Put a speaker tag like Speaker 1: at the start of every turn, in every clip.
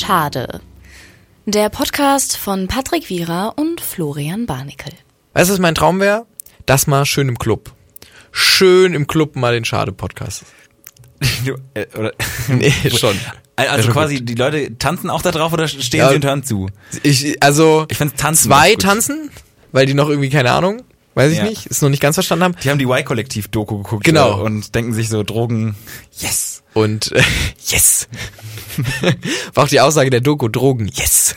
Speaker 1: Schade. Der Podcast von Patrick Wierer und Florian Barnickel.
Speaker 2: Weißt du, was mein Traum wäre? Das mal schön im Club. Schön im Club mal den Schade-Podcast.
Speaker 3: Du, äh, oder,
Speaker 2: Nee, schon.
Speaker 3: also
Speaker 2: schon
Speaker 3: quasi, die Leute tanzen auch da drauf oder stehen
Speaker 2: Ja.
Speaker 3: sie und hören zu?
Speaker 2: Ich, also,
Speaker 3: Ich find's tanzen
Speaker 2: zwei
Speaker 3: ganz gut.
Speaker 2: tanzen, weil die noch irgendwie, keine Ahnung, weiß ich
Speaker 3: Ja.
Speaker 2: nicht, ist noch nicht ganz verstanden haben.
Speaker 3: Die haben die Y-Kollektiv-Doku geguckt
Speaker 2: Genau.
Speaker 3: äh, und denken sich so, Drogen, yes.
Speaker 2: Und äh, yes. War auch die Aussage der Doku, Drogen, yes.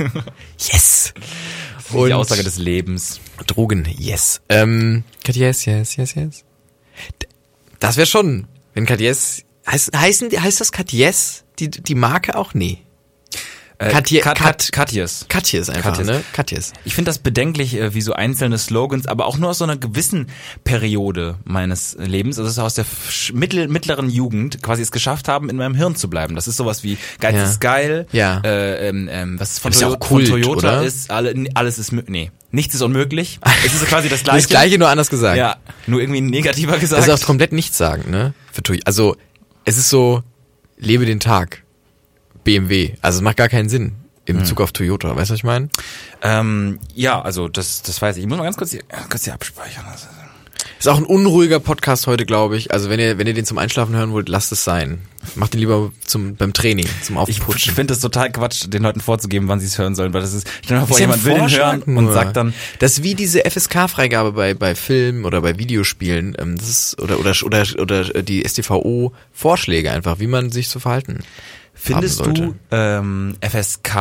Speaker 2: Yes. Und
Speaker 3: die Aussage des Lebens.
Speaker 2: Drogen, yes. Ähm, Kat yes, yes, yes, yes. D- Das wäre schon, wenn Kat yes, heißt, heißen, die- heißt das Kat yes, die, die Marke auch? Nee.
Speaker 3: Äh,
Speaker 2: Katje-
Speaker 3: Kat-
Speaker 2: Kat-
Speaker 3: Kat- Katjes.
Speaker 2: Katjes einfach,
Speaker 3: Katjes.
Speaker 2: ne? Katjes.
Speaker 3: Ich finde das bedenklich, äh, wie so einzelne Slogans, aber auch nur aus so einer gewissen Periode meines Lebens, also es ist aus der sch- mittel, mittleren Jugend, quasi es geschafft haben, in meinem Hirn zu bleiben. Das ist sowas wie Geiz
Speaker 2: Ja.
Speaker 3: ist geil,
Speaker 2: Ja.
Speaker 3: äh, ähm, ähm, was von,
Speaker 2: Das ist ja
Speaker 3: Toyo-
Speaker 2: auch Kult,
Speaker 3: von Toyota
Speaker 2: oder?
Speaker 3: ist, alle, alles ist, mö- nee, nichts ist unmöglich. es ist quasi das Gleiche.
Speaker 2: Das gleiche nur anders gesagt.
Speaker 3: Ja, nur irgendwie negativer gesagt.
Speaker 2: Das ist auch komplett nichts sagen, ne? Für Tui. Also, es ist so, lebe den Tag. BMW. Also, es macht gar keinen Sinn. Im
Speaker 3: Hm.
Speaker 2: Bezug auf Toyota. Weißt du, was ich meine?
Speaker 3: ähm, ja, also das, das weiß ich. Ich muss mal ganz kurz hier, kurz hier abspeichern. Also,
Speaker 2: Ist auch ein unruhiger Podcast heute, glaube ich. Also, wenn ihr, wenn ihr den zum Einschlafen hören wollt, lasst es sein. Macht ihn lieber zum, beim Training, zum
Speaker 3: Ich
Speaker 2: Aufputschen.
Speaker 3: finde das total Quatsch, den Leuten vorzugeben, wann sie es hören sollen, weil das ist, stell dir mal vor,
Speaker 2: Ist ja ein
Speaker 3: jemand will den
Speaker 2: Vorschlag
Speaker 3: hören
Speaker 2: nur.
Speaker 3: und sagt dann,
Speaker 2: Das ist wie diese FSK-Freigabe bei, bei Filmen oder bei Videospielen, ähm, das ist, oder, oder, oder, oder äh, die STVO-Vorschläge einfach, wie man sich zu verhalten.
Speaker 3: findest
Speaker 2: haben
Speaker 3: du
Speaker 2: sollte.
Speaker 3: ähm, FSK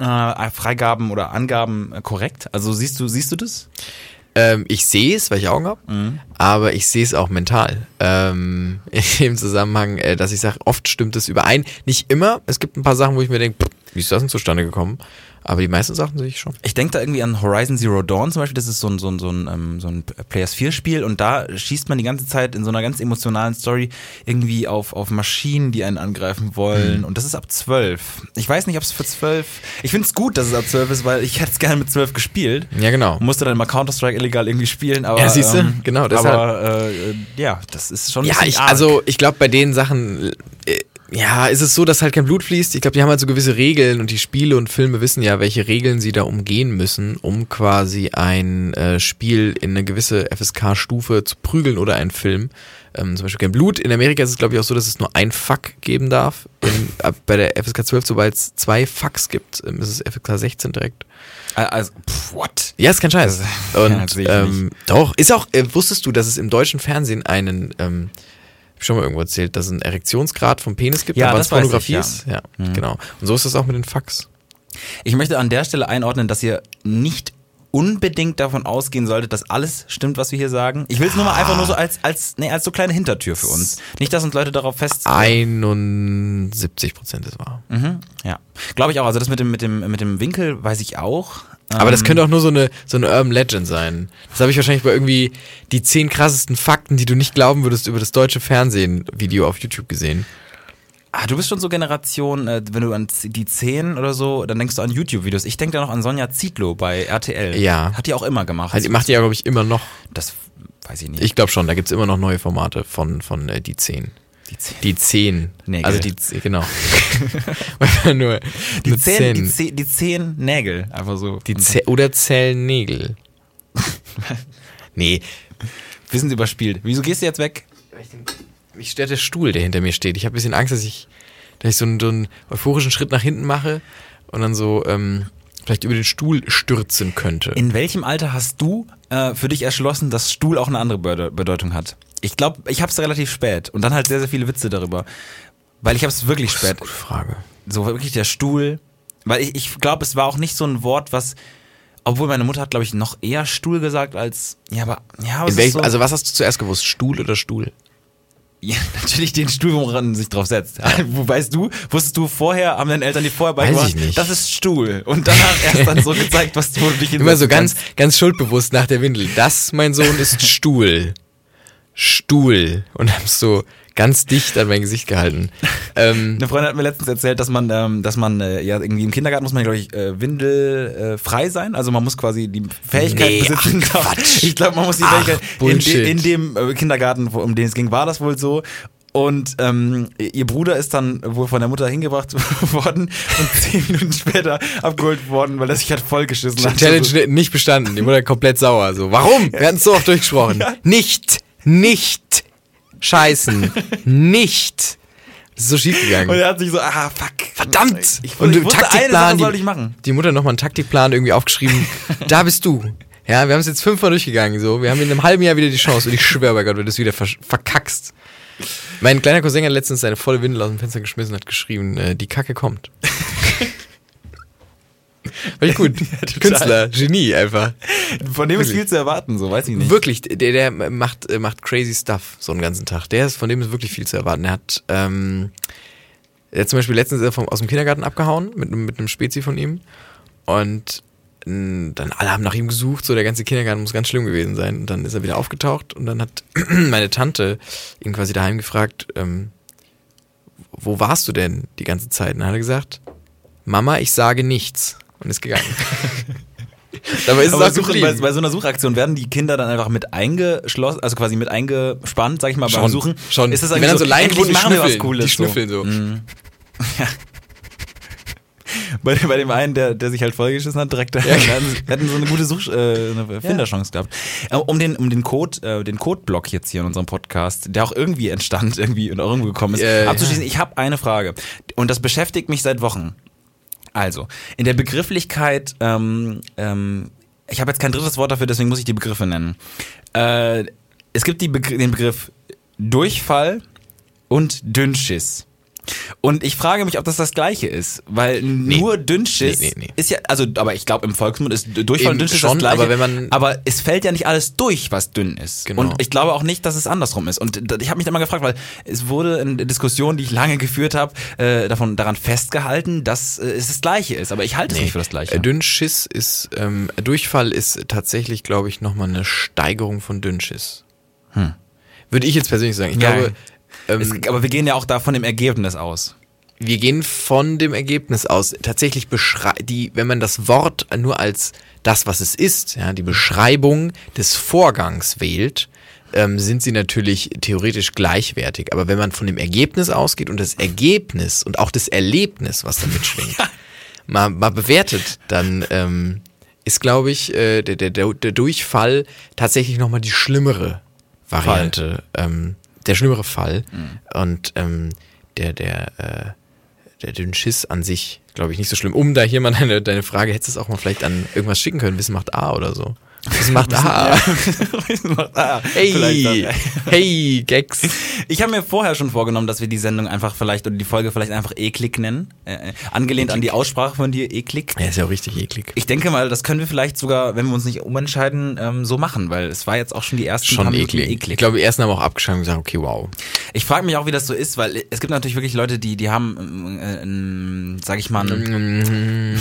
Speaker 3: äh, Freigaben oder Angaben äh, korrekt? Also siehst du, siehst du das?
Speaker 2: Ähm, ich sehe es, weil ich Augen habe, aber ich sehe es auch mental. Ähm, in dem Zusammenhang, äh, dass ich sage, oft stimmt es überein. Nicht immer. Es gibt ein paar Sachen, wo ich mir denke, wie ist das denn zustande gekommen? Aber die meisten Sachen sehe ich schon.
Speaker 3: Ich denke da irgendwie an Horizon Zero Dawn zum Beispiel, das ist so ein, so ein, so ein, ähm, so ein PS4-Spiel und da schießt man die ganze Zeit in so einer ganz emotionalen Story irgendwie auf, auf Maschinen, die einen angreifen wollen und das ist ab 12. Ich weiß nicht, ob es für 12, ich finde es gut, dass es ab 12 ist, weil ich hätte es gerne mit 12 gespielt.
Speaker 2: Ja, genau.
Speaker 3: Und musste dann mal Counter-Strike illegal irgendwie spielen, aber. ähm,
Speaker 2: Ja, siehste, genau, deshalb.
Speaker 3: Aber äh, äh, ja, das ist schon. ein
Speaker 2: Ja,
Speaker 3: bisschen
Speaker 2: ich,
Speaker 3: arg.
Speaker 2: also ich glaube, bei den Sachen, äh, ja, ist es so, dass halt kein Blut fließt. Ich glaube, die haben halt so gewisse Regeln und die Spiele und Filme wissen ja, welche Regeln sie da umgehen müssen, um quasi ein äh, Spiel in eine gewisse FSK-Stufe zu prügeln oder einen Film. Ähm, zum Beispiel kein Blut. In Amerika ist es, glaube ich, auch so, dass es nur ein Fuck geben darf. In, ab, bei der FSK 12, sobald es zwei Fucks gibt, ähm, ist es FSK 16 direkt.
Speaker 3: Äh, also pff, what?
Speaker 2: Ja, ist kein Scheiß.
Speaker 3: ja,
Speaker 2: Und
Speaker 3: sehe ich
Speaker 2: ähm, doch, ist auch, äh, wusstest du, dass es im deutschen Fernsehen einen, ähm, hab ich schon mal irgendwo erzählt, dass es einen Erektionsgrad vom Penis gibt,
Speaker 3: Ja,
Speaker 2: aber
Speaker 3: das
Speaker 2: es
Speaker 3: weiß ich,
Speaker 2: Pornografie
Speaker 3: ja. Mhm.
Speaker 2: ist? Ja, genau. Und so ist es auch mit den Fax.
Speaker 3: Ich möchte an der Stelle einordnen, dass ihr nicht unbedingt davon ausgehen solltet, dass alles stimmt, was wir hier sagen. Ich will es nur mal einfach nur so als als nee, als so kleine Hintertür für uns. Nicht, dass uns Leute darauf fest.
Speaker 2: Ah. 71 Prozent ist wahr.
Speaker 3: Mhm, ja, glaube ich auch. Also das mit dem mit dem mit dem Winkel weiß ich auch.
Speaker 2: Aber das
Speaker 3: Ähm,
Speaker 2: könnte auch nur so eine, so eine Urban Legend sein. Das habe ich wahrscheinlich bei irgendwie die zehn krassesten Fakten, die du nicht glauben würdest, über das deutsche Fernsehen-Video auf YouTube gesehen.
Speaker 3: Ah, du bist schon so Generation, äh, wenn du an Z- die 10 oder so, dann denkst du an YouTube-Videos. Ich denke da noch an Sonja Zietlow bei RTL.
Speaker 2: Ja.
Speaker 3: Hat die auch immer gemacht.
Speaker 2: Also, die macht die ja, glaube ich, immer noch.
Speaker 3: Das weiß ich nicht.
Speaker 2: Ich glaube schon, da gibt's immer noch neue Formate von, von äh, die zehn.
Speaker 3: die 10.
Speaker 2: Die Zehen.
Speaker 3: Nägel.
Speaker 2: Also die Ze- genau. Einfach nur
Speaker 3: Die,
Speaker 2: nur
Speaker 3: zehn, die,
Speaker 2: Zehen.
Speaker 3: zehn, die zehn Nägel, einfach so.
Speaker 2: Die Ze oder Zellnägel. nee.
Speaker 3: wir sind überspielt. Wieso gehst du jetzt weg?
Speaker 2: Mich stört der Stuhl, der hinter mir steht. Ich habe ein bisschen Angst, dass ich, dass ich so einen, so einen euphorischen Schritt nach hinten mache und dann so ähm, vielleicht über den Stuhl stürzen könnte.
Speaker 3: In welchem Alter hast du äh, für dich erschlossen, dass Stuhl auch eine andere Bede- Bedeutung hat? Ich glaube, ich hab's relativ spät und dann halt sehr, sehr viele Witze darüber. Weil ich hab's wirklich
Speaker 2: Das ist eine
Speaker 3: spät.
Speaker 2: gute Frage.
Speaker 3: So wirklich der Stuhl. Weil ich, ich glaube, es war auch nicht so ein Wort, was. Obwohl meine Mutter hat, glaube ich, noch eher Stuhl gesagt als. Ja, aber. Ja,
Speaker 2: In
Speaker 3: aber es ist
Speaker 2: welchem,
Speaker 3: so,
Speaker 2: also was hast du zuerst gewusst? Stuhl oder Stuhl?
Speaker 3: ja, natürlich den Stuhl, woran man sich drauf setzt. Wo weißt du, wusstest du vorher, haben deine Eltern die vorher
Speaker 2: ich
Speaker 3: beigebracht,
Speaker 2: nicht.
Speaker 3: das ist Stuhl. Und danach erst dann so gezeigt, was du wo du dich
Speaker 2: Immer so
Speaker 3: hinsetzen
Speaker 2: ganz,
Speaker 3: kannst.
Speaker 2: ganz schuldbewusst nach der Windel. Das, mein Sohn, ist Stuhl. Stuhl. Und hab's so ganz dicht an mein Gesicht gehalten. Ähm,
Speaker 3: Eine Freundin hat mir letztens erzählt, dass man, ähm, dass man äh, ja irgendwie im Kindergarten muss man, glaube ich, äh, Windel äh, frei sein. Also man muss quasi die Fähigkeit
Speaker 2: Nee,
Speaker 3: besitzen.
Speaker 2: ach, Quatsch.
Speaker 3: Ich glaube, man muss die
Speaker 2: Ach,
Speaker 3: Fähigkeit in, de,
Speaker 2: Bullshit.
Speaker 3: in dem äh, Kindergarten, wo, um den es ging, war das wohl so. Und ähm, ihr Bruder ist dann wohl von der Mutter hingebracht worden und zehn Minuten später abgeholt worden, weil er sich halt vollgeschissen hat. Also,
Speaker 2: Challenge nicht bestanden. Die Mutter komplett sauer. So, warum? Wir hatten so oft durchgesprochen. Nicht, nicht scheißen, nicht. Das ist so schief gegangen.
Speaker 3: Und er hat sich so, ah, fuck.
Speaker 2: Verdammt!
Speaker 3: Ich, ich,
Speaker 2: und
Speaker 3: ich
Speaker 2: im
Speaker 3: wusste, eine
Speaker 2: Taktikplan,
Speaker 3: Sache soll
Speaker 2: die-
Speaker 3: ich machen.
Speaker 2: die Mutter nochmal einen Taktikplan irgendwie aufgeschrieben. da bist du. Ja, wir haben es jetzt fünfmal durchgegangen, so. Wir haben in einem halben Jahr wieder die Chance und ich schwöre bei Gott, wenn du es wieder versch- verkackst. Mein kleiner Cousin hat letztens seine volle Windel aus dem Fenster geschmissen und hat geschrieben, äh, die Kacke kommt. War ich gut. Künstler, Genie einfach.
Speaker 3: Von dem ist
Speaker 2: Wirklich.
Speaker 3: viel zu erwarten, so weiß ich nicht.
Speaker 2: Wirklich, der, der macht, äh, macht crazy stuff so einen ganzen Tag. Der ist, von dem ist wirklich viel zu erwarten. Er hat, ähm, er hat zum Beispiel letztens ist er vom, aus dem Kindergarten abgehauen mit, einem- mit einem Spezi von ihm. Und mh, dann alle haben nach ihm gesucht, so der ganze Kindergarten muss ganz schlimm gewesen sein. Und dann ist er wieder aufgetaucht und dann hat meine Tante ihn quasi daheim gefragt, ähm, wo warst du denn die ganze Zeit? Und dann hat er gesagt, Mama, ich sage nichts. Und ist gegangen. Dabei ist
Speaker 3: Aber
Speaker 2: es auch
Speaker 3: Suche,
Speaker 2: geblieben.
Speaker 3: bei, bei so einer Suchaktion werden die Kinder dann einfach mit eingeschlossen, also quasi mit eingespannt, sag ich mal,
Speaker 2: Schon,
Speaker 3: beim Suchen.
Speaker 2: schon.
Speaker 3: Ist das
Speaker 2: Die
Speaker 3: eigentlich
Speaker 2: werden dann
Speaker 3: so,
Speaker 2: so leid, wo
Speaker 3: endlich
Speaker 2: die
Speaker 3: machen wir was
Speaker 2: schnüffeln.
Speaker 3: Cooles.
Speaker 2: Die schnüffeln so. Hm.
Speaker 3: Mhm. Ja. Bei, bei dem einen, der, der sich halt vollgeschissen hat, direkt ja. hatten so eine gute Such äh, eine Finderchance gehabt. Äh, Um den, um den Code, äh, den Codeblock jetzt hier in unserem Podcast, der auch irgendwie entstand, irgendwie und auch irgendwo gekommen ist,
Speaker 2: Äh,
Speaker 3: abzuschließen, ich habe eine Frage. Und das beschäftigt mich seit Wochen. Also, in der Begrifflichkeit, ähm, ähm, ich habe jetzt kein drittes Wort dafür, deswegen muss ich die Begriffe nennen. Äh, es gibt die Begr den Begriff Durchfall und Dünnschiss. Und ich frage mich, ob das das gleiche ist, weil nur Dünnschiss
Speaker 2: Nee, nee, nee.
Speaker 3: ist ja, also, aber ich glaube im Volksmund ist Durchfall
Speaker 2: Eben
Speaker 3: und Dünnschiss
Speaker 2: schon,
Speaker 3: das gleiche.
Speaker 2: aber wenn man-
Speaker 3: aber es fällt ja nicht alles durch, was dünn ist.
Speaker 2: Genau.
Speaker 3: Und ich glaube auch nicht, dass es andersrum ist. Und d- ich habe mich da mal gefragt, weil es wurde in Diskussionen, die ich lange geführt habe, äh, davon daran festgehalten, dass äh, es das gleiche ist. Aber ich halte es nicht für das gleiche.
Speaker 2: Äh, Dünnschiss ist, ähm, Durchfall ist tatsächlich, glaube ich, nochmal eine Steigerung von Dünnschiss.
Speaker 3: Hm.
Speaker 2: Würde ich jetzt persönlich sagen. Ich
Speaker 3: Ja.
Speaker 2: glaube,
Speaker 3: es,
Speaker 2: ähm,
Speaker 3: aber wir gehen ja auch da von dem Ergebnis aus.
Speaker 2: wir gehen von dem Ergebnis aus. Tatsächlich beschreibt die, wenn man das Wort nur als das, was es ist, ja, die Beschreibung des Vorgangs wählt, ähm, sind sie natürlich theoretisch gleichwertig. Aber wenn man von dem Ergebnis ausgeht und das Ergebnis und auch das Erlebnis, was damit schwingt, mal, mal bewertet, dann ähm, ist, glaube ich, äh, der, der, der der Durchfall tatsächlich nochmal die schlimmere Variante, ähm, der schlimmere Fall. Und ähm, der, der, äh, der Dünnschiss an sich, glaube ich, nicht so schlimm. Um da hier mal deine, deine Frage, hättest du es auch mal vielleicht an irgendwas schicken können, Wissen macht A oder so. Wissen macht A.
Speaker 3: ah, vielleicht
Speaker 2: Hey,
Speaker 3: dann.
Speaker 2: hey, Gags.
Speaker 3: Ich habe mir vorher schon vorgenommen, dass wir die Sendung einfach vielleicht oder die Folge vielleicht einfach eklig nennen. Äh, äh, angelehnt an die Aussprache von dir, eklig.
Speaker 2: Ja, ist ja auch richtig eklig.
Speaker 3: Ich denke mal, das können wir vielleicht sogar, wenn wir uns nicht umentscheiden, ähm, so machen, weil es war jetzt auch schon die ersten paar
Speaker 2: Schon
Speaker 3: Minuten
Speaker 2: eklig. Ich glaube, die ersten haben auch abgeschrieben und gesagt, okay, wow.
Speaker 3: Ich frage mich auch, wie das so ist, weil es gibt natürlich wirklich Leute, die, die haben, äh, ähm, sag ich mal, die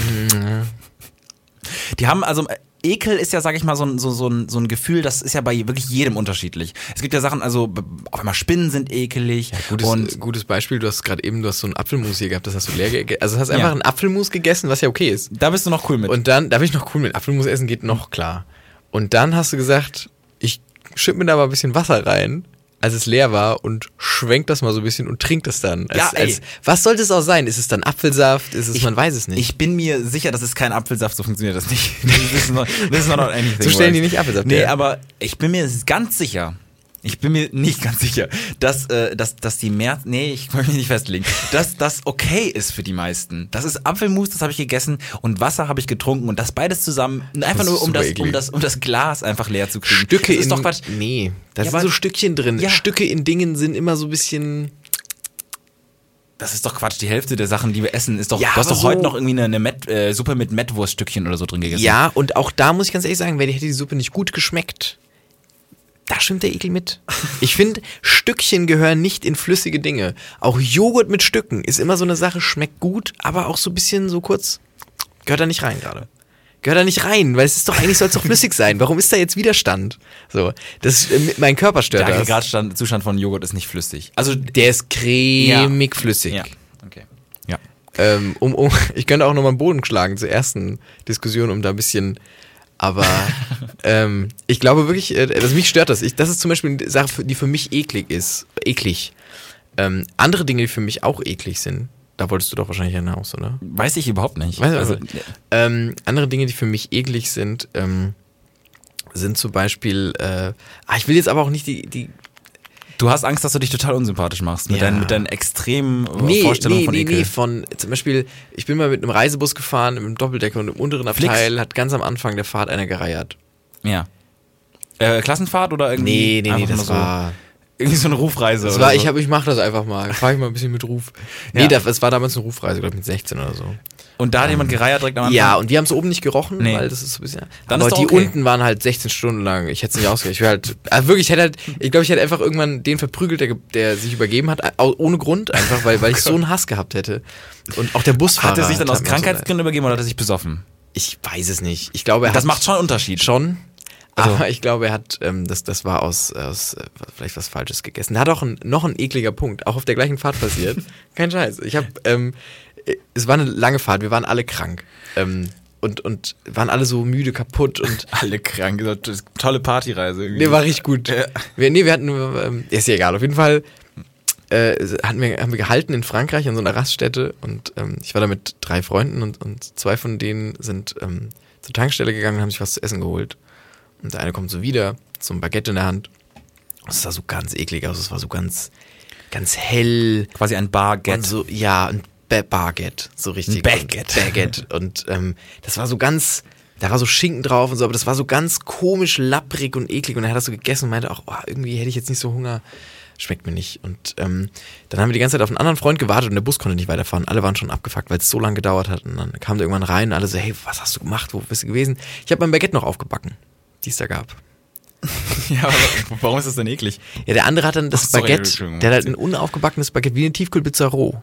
Speaker 3: haben also. äh, Ekel ist ja, sag ich mal, so ein, so, so, ein, so ein Gefühl, das ist ja bei wirklich jedem unterschiedlich. Es gibt ja Sachen, also b- auf einmal Spinnen sind ekelig
Speaker 2: Gutes,
Speaker 3: und
Speaker 2: äh, gutes Beispiel, du hast gerade eben, du hast so einen Apfelmus hier gehabt, das hast du leer gegessen. Also hast einfach
Speaker 3: Ja.
Speaker 2: einen Apfelmus gegessen, was ja okay ist.
Speaker 3: da bist du noch cool mit.
Speaker 2: Und dann, da bin ich noch cool mit, Apfelmus essen geht noch klar. Und dann hast du gesagt, ich schütt mir da mal ein bisschen Wasser rein, als es leer war und schwenk das mal so ein bisschen und trink das dann. Als,
Speaker 3: Ja, ey.
Speaker 2: als, was sollte es auch sein? Ist es dann Apfelsaft? Ist es, man weiß es nicht.
Speaker 3: Ich bin mir sicher, das ist kein Apfelsaft, so funktioniert das nicht. This is not, this is not anything.
Speaker 2: So stellen die
Speaker 3: worse.
Speaker 2: nicht Apfelsaft
Speaker 3: Nee,
Speaker 2: her.
Speaker 3: aber ich bin mir ganz sicher. Ich bin mir nicht ganz sicher, dass, äh, dass, dass die März. Nee, ich kann mich nicht festlegen. Dass das okay ist für die meisten. Das ist Apfelmus, das habe ich gegessen und Wasser habe ich getrunken und das beides zusammen. Einfach
Speaker 2: ist
Speaker 3: nur, um
Speaker 2: super
Speaker 3: das, um,
Speaker 2: eklig.
Speaker 3: das, um das Glas einfach leer zu kriegen.
Speaker 2: Stücke
Speaker 3: das ist
Speaker 2: in,
Speaker 3: doch Quatsch.
Speaker 2: Nee, da
Speaker 3: Ja,
Speaker 2: sind
Speaker 3: aber-
Speaker 2: so Stückchen drin.
Speaker 3: Ja.
Speaker 2: Stücke in Dingen sind immer so ein bisschen.
Speaker 3: Das ist doch Quatsch. Die Hälfte der Sachen, die wir essen, ist doch.
Speaker 2: Ja,
Speaker 3: du hast
Speaker 2: aber
Speaker 3: doch heute
Speaker 2: so-
Speaker 3: noch irgendwie eine, eine Met, äh, Suppe mit Mettwurststückchen oder so drin gegessen.
Speaker 2: Ja, und auch da muss ich ganz ehrlich sagen, wenn hätte die Suppe nicht gut geschmeckt, da stimmt der Ekel mit. Ich finde, Stückchen gehören nicht in flüssige Dinge. Auch Joghurt mit Stücken ist immer so eine Sache, schmeckt gut, aber auch so ein bisschen so kurz, gehört da nicht rein gerade. Gehört da nicht rein, weil es ist doch eigentlich soll es doch flüssig sein. Warum ist da jetzt Widerstand? So, das äh, mein Körper stört
Speaker 3: Der
Speaker 2: das.
Speaker 3: Aggregatzustand Zustand von Joghurt ist nicht flüssig.
Speaker 2: Also der ist cremig flüssig.
Speaker 3: Ja, okay. Ja.
Speaker 2: Ähm, um, um, ich könnte auch nochmal einen Boden schlagen zur ersten Diskussion, um da ein bisschen. Aber ähm, ich glaube wirklich, äh, dass mich stört das. Ich, das ist zum Beispiel eine Sache, für- die für mich eklig ist. Eklig. Ähm, andere Dinge, die für mich auch eklig sind, da wolltest du doch wahrscheinlich hinaus, oder?
Speaker 3: Weiß ich überhaupt nicht.
Speaker 2: Weißt du, also, ähm, andere Dinge, die für mich eklig sind, ähm, sind zum Beispiel, äh, ah, ich will jetzt aber auch nicht die, die
Speaker 3: du hast Angst, dass du dich total unsympathisch machst mit,
Speaker 2: Ja.
Speaker 3: deinen, mit deinen extremen äh,
Speaker 2: nee,
Speaker 3: Vorstellungen
Speaker 2: nee,
Speaker 3: von
Speaker 2: nee,
Speaker 3: Ekel.
Speaker 2: nee, von zum Beispiel, ich bin mal mit einem Reisebus gefahren, im Doppeldecker und im unteren Abteil hat ganz am Anfang der Fahrt einer gereiert.
Speaker 3: Ja. Äh, Klassenfahrt oder
Speaker 2: Nee,
Speaker 3: irgendwie?
Speaker 2: nee, nee,
Speaker 3: einfach nur
Speaker 2: das
Speaker 3: so,
Speaker 2: war.
Speaker 3: irgendwie so eine Rufreise.
Speaker 2: Das
Speaker 3: oder
Speaker 2: war,
Speaker 3: so.
Speaker 2: ich, hab, ich mach das einfach mal. Fahr ich mal ein bisschen mit Ruf. Nee,
Speaker 3: Ja.
Speaker 2: das, das war damals eine Rufreise, glaube ich, mit 16 oder so.
Speaker 3: und da hat jemand gereiert direkt am Anfang.
Speaker 2: Ja, und wir haben es oben nicht gerochen,
Speaker 3: Nee.
Speaker 2: weil das ist so ein bisschen.
Speaker 3: Dann
Speaker 2: aber
Speaker 3: ist doch
Speaker 2: die
Speaker 3: okay.
Speaker 2: unten waren halt 16 Stunden lang. Ich hätte es nicht ausgerechnet. Ich wäre halt, also wirklich, ich hätte halt, ich glaube, ich hätte einfach irgendwann den verprügelt, der, ge- der sich übergeben hat, au- ohne Grund einfach, weil, weil ich so einen Hass gehabt hätte. Und auch der Busfahrer.
Speaker 3: Oh Hat er sich dann
Speaker 2: mir
Speaker 3: aus
Speaker 2: auch so leid.
Speaker 3: Krankheitsgründen übergeben oder hat er sich besoffen?
Speaker 2: Ich weiß es nicht. Ich glaube, er
Speaker 3: Das
Speaker 2: hat
Speaker 3: macht schon einen Unterschied.
Speaker 2: schon. Aber
Speaker 3: Also-
Speaker 2: ich glaube, er hat, ähm, das, das war aus, aus äh, vielleicht was Falsches gegessen. Da hat auch ein, noch ein ekliger Punkt, auch auf der gleichen Fahrt passiert. Kein Scheiß. Ich habe, ähm, äh, es war eine lange Fahrt, wir waren alle krank. Ähm, und, und waren alle so müde, kaputt und
Speaker 3: Alle krank. Das ist eine tolle Partyreise irgendwie.
Speaker 2: Nee, war richtig gut. Wir, nee, wir hatten, ähm, ist ja egal, auf jeden Fall äh, hatten wir, haben wir gehalten in Frankreich an so einer Raststätte und ähm, ich war da mit drei Freunden und, und zwei von denen sind ähm, zur Tankstelle gegangen und haben sich was zu essen geholt. Und der eine kommt so wieder, so ein Baguette in der Hand. Es sah so ganz eklig aus, es war so ganz, ganz hell.
Speaker 3: quasi ein Bargeld.
Speaker 2: Und so, ja, ein Ba- Baguette, so richtig.
Speaker 3: Ein Baguette.
Speaker 2: Und Baguette. Und ähm, das war so ganz, da war so Schinken drauf und so, aber das war so ganz komisch, lapprig und eklig. Und er hat das so gegessen und meinte auch, oh, irgendwie hätte ich jetzt nicht so Hunger. Schmeckt mir nicht. Und ähm, dann haben wir die ganze Zeit auf einen anderen Freund gewartet und der Bus konnte nicht weiterfahren. Alle waren schon abgefuckt, weil es so lange gedauert hat. Und dann kam der irgendwann rein und alle so, hey, was hast du gemacht? Wo bist du gewesen? Ich habe mein Baguette noch aufgebacken, die es da gab.
Speaker 3: Ja, aber warum ist das denn eklig?
Speaker 2: Ja, der andere hat dann das
Speaker 3: Ach, sorry,
Speaker 2: Baguette,
Speaker 3: Entschuldigung.
Speaker 2: der hat halt ein unaufgebackenes Baguette, wie eine Tiefkühlpizza roh.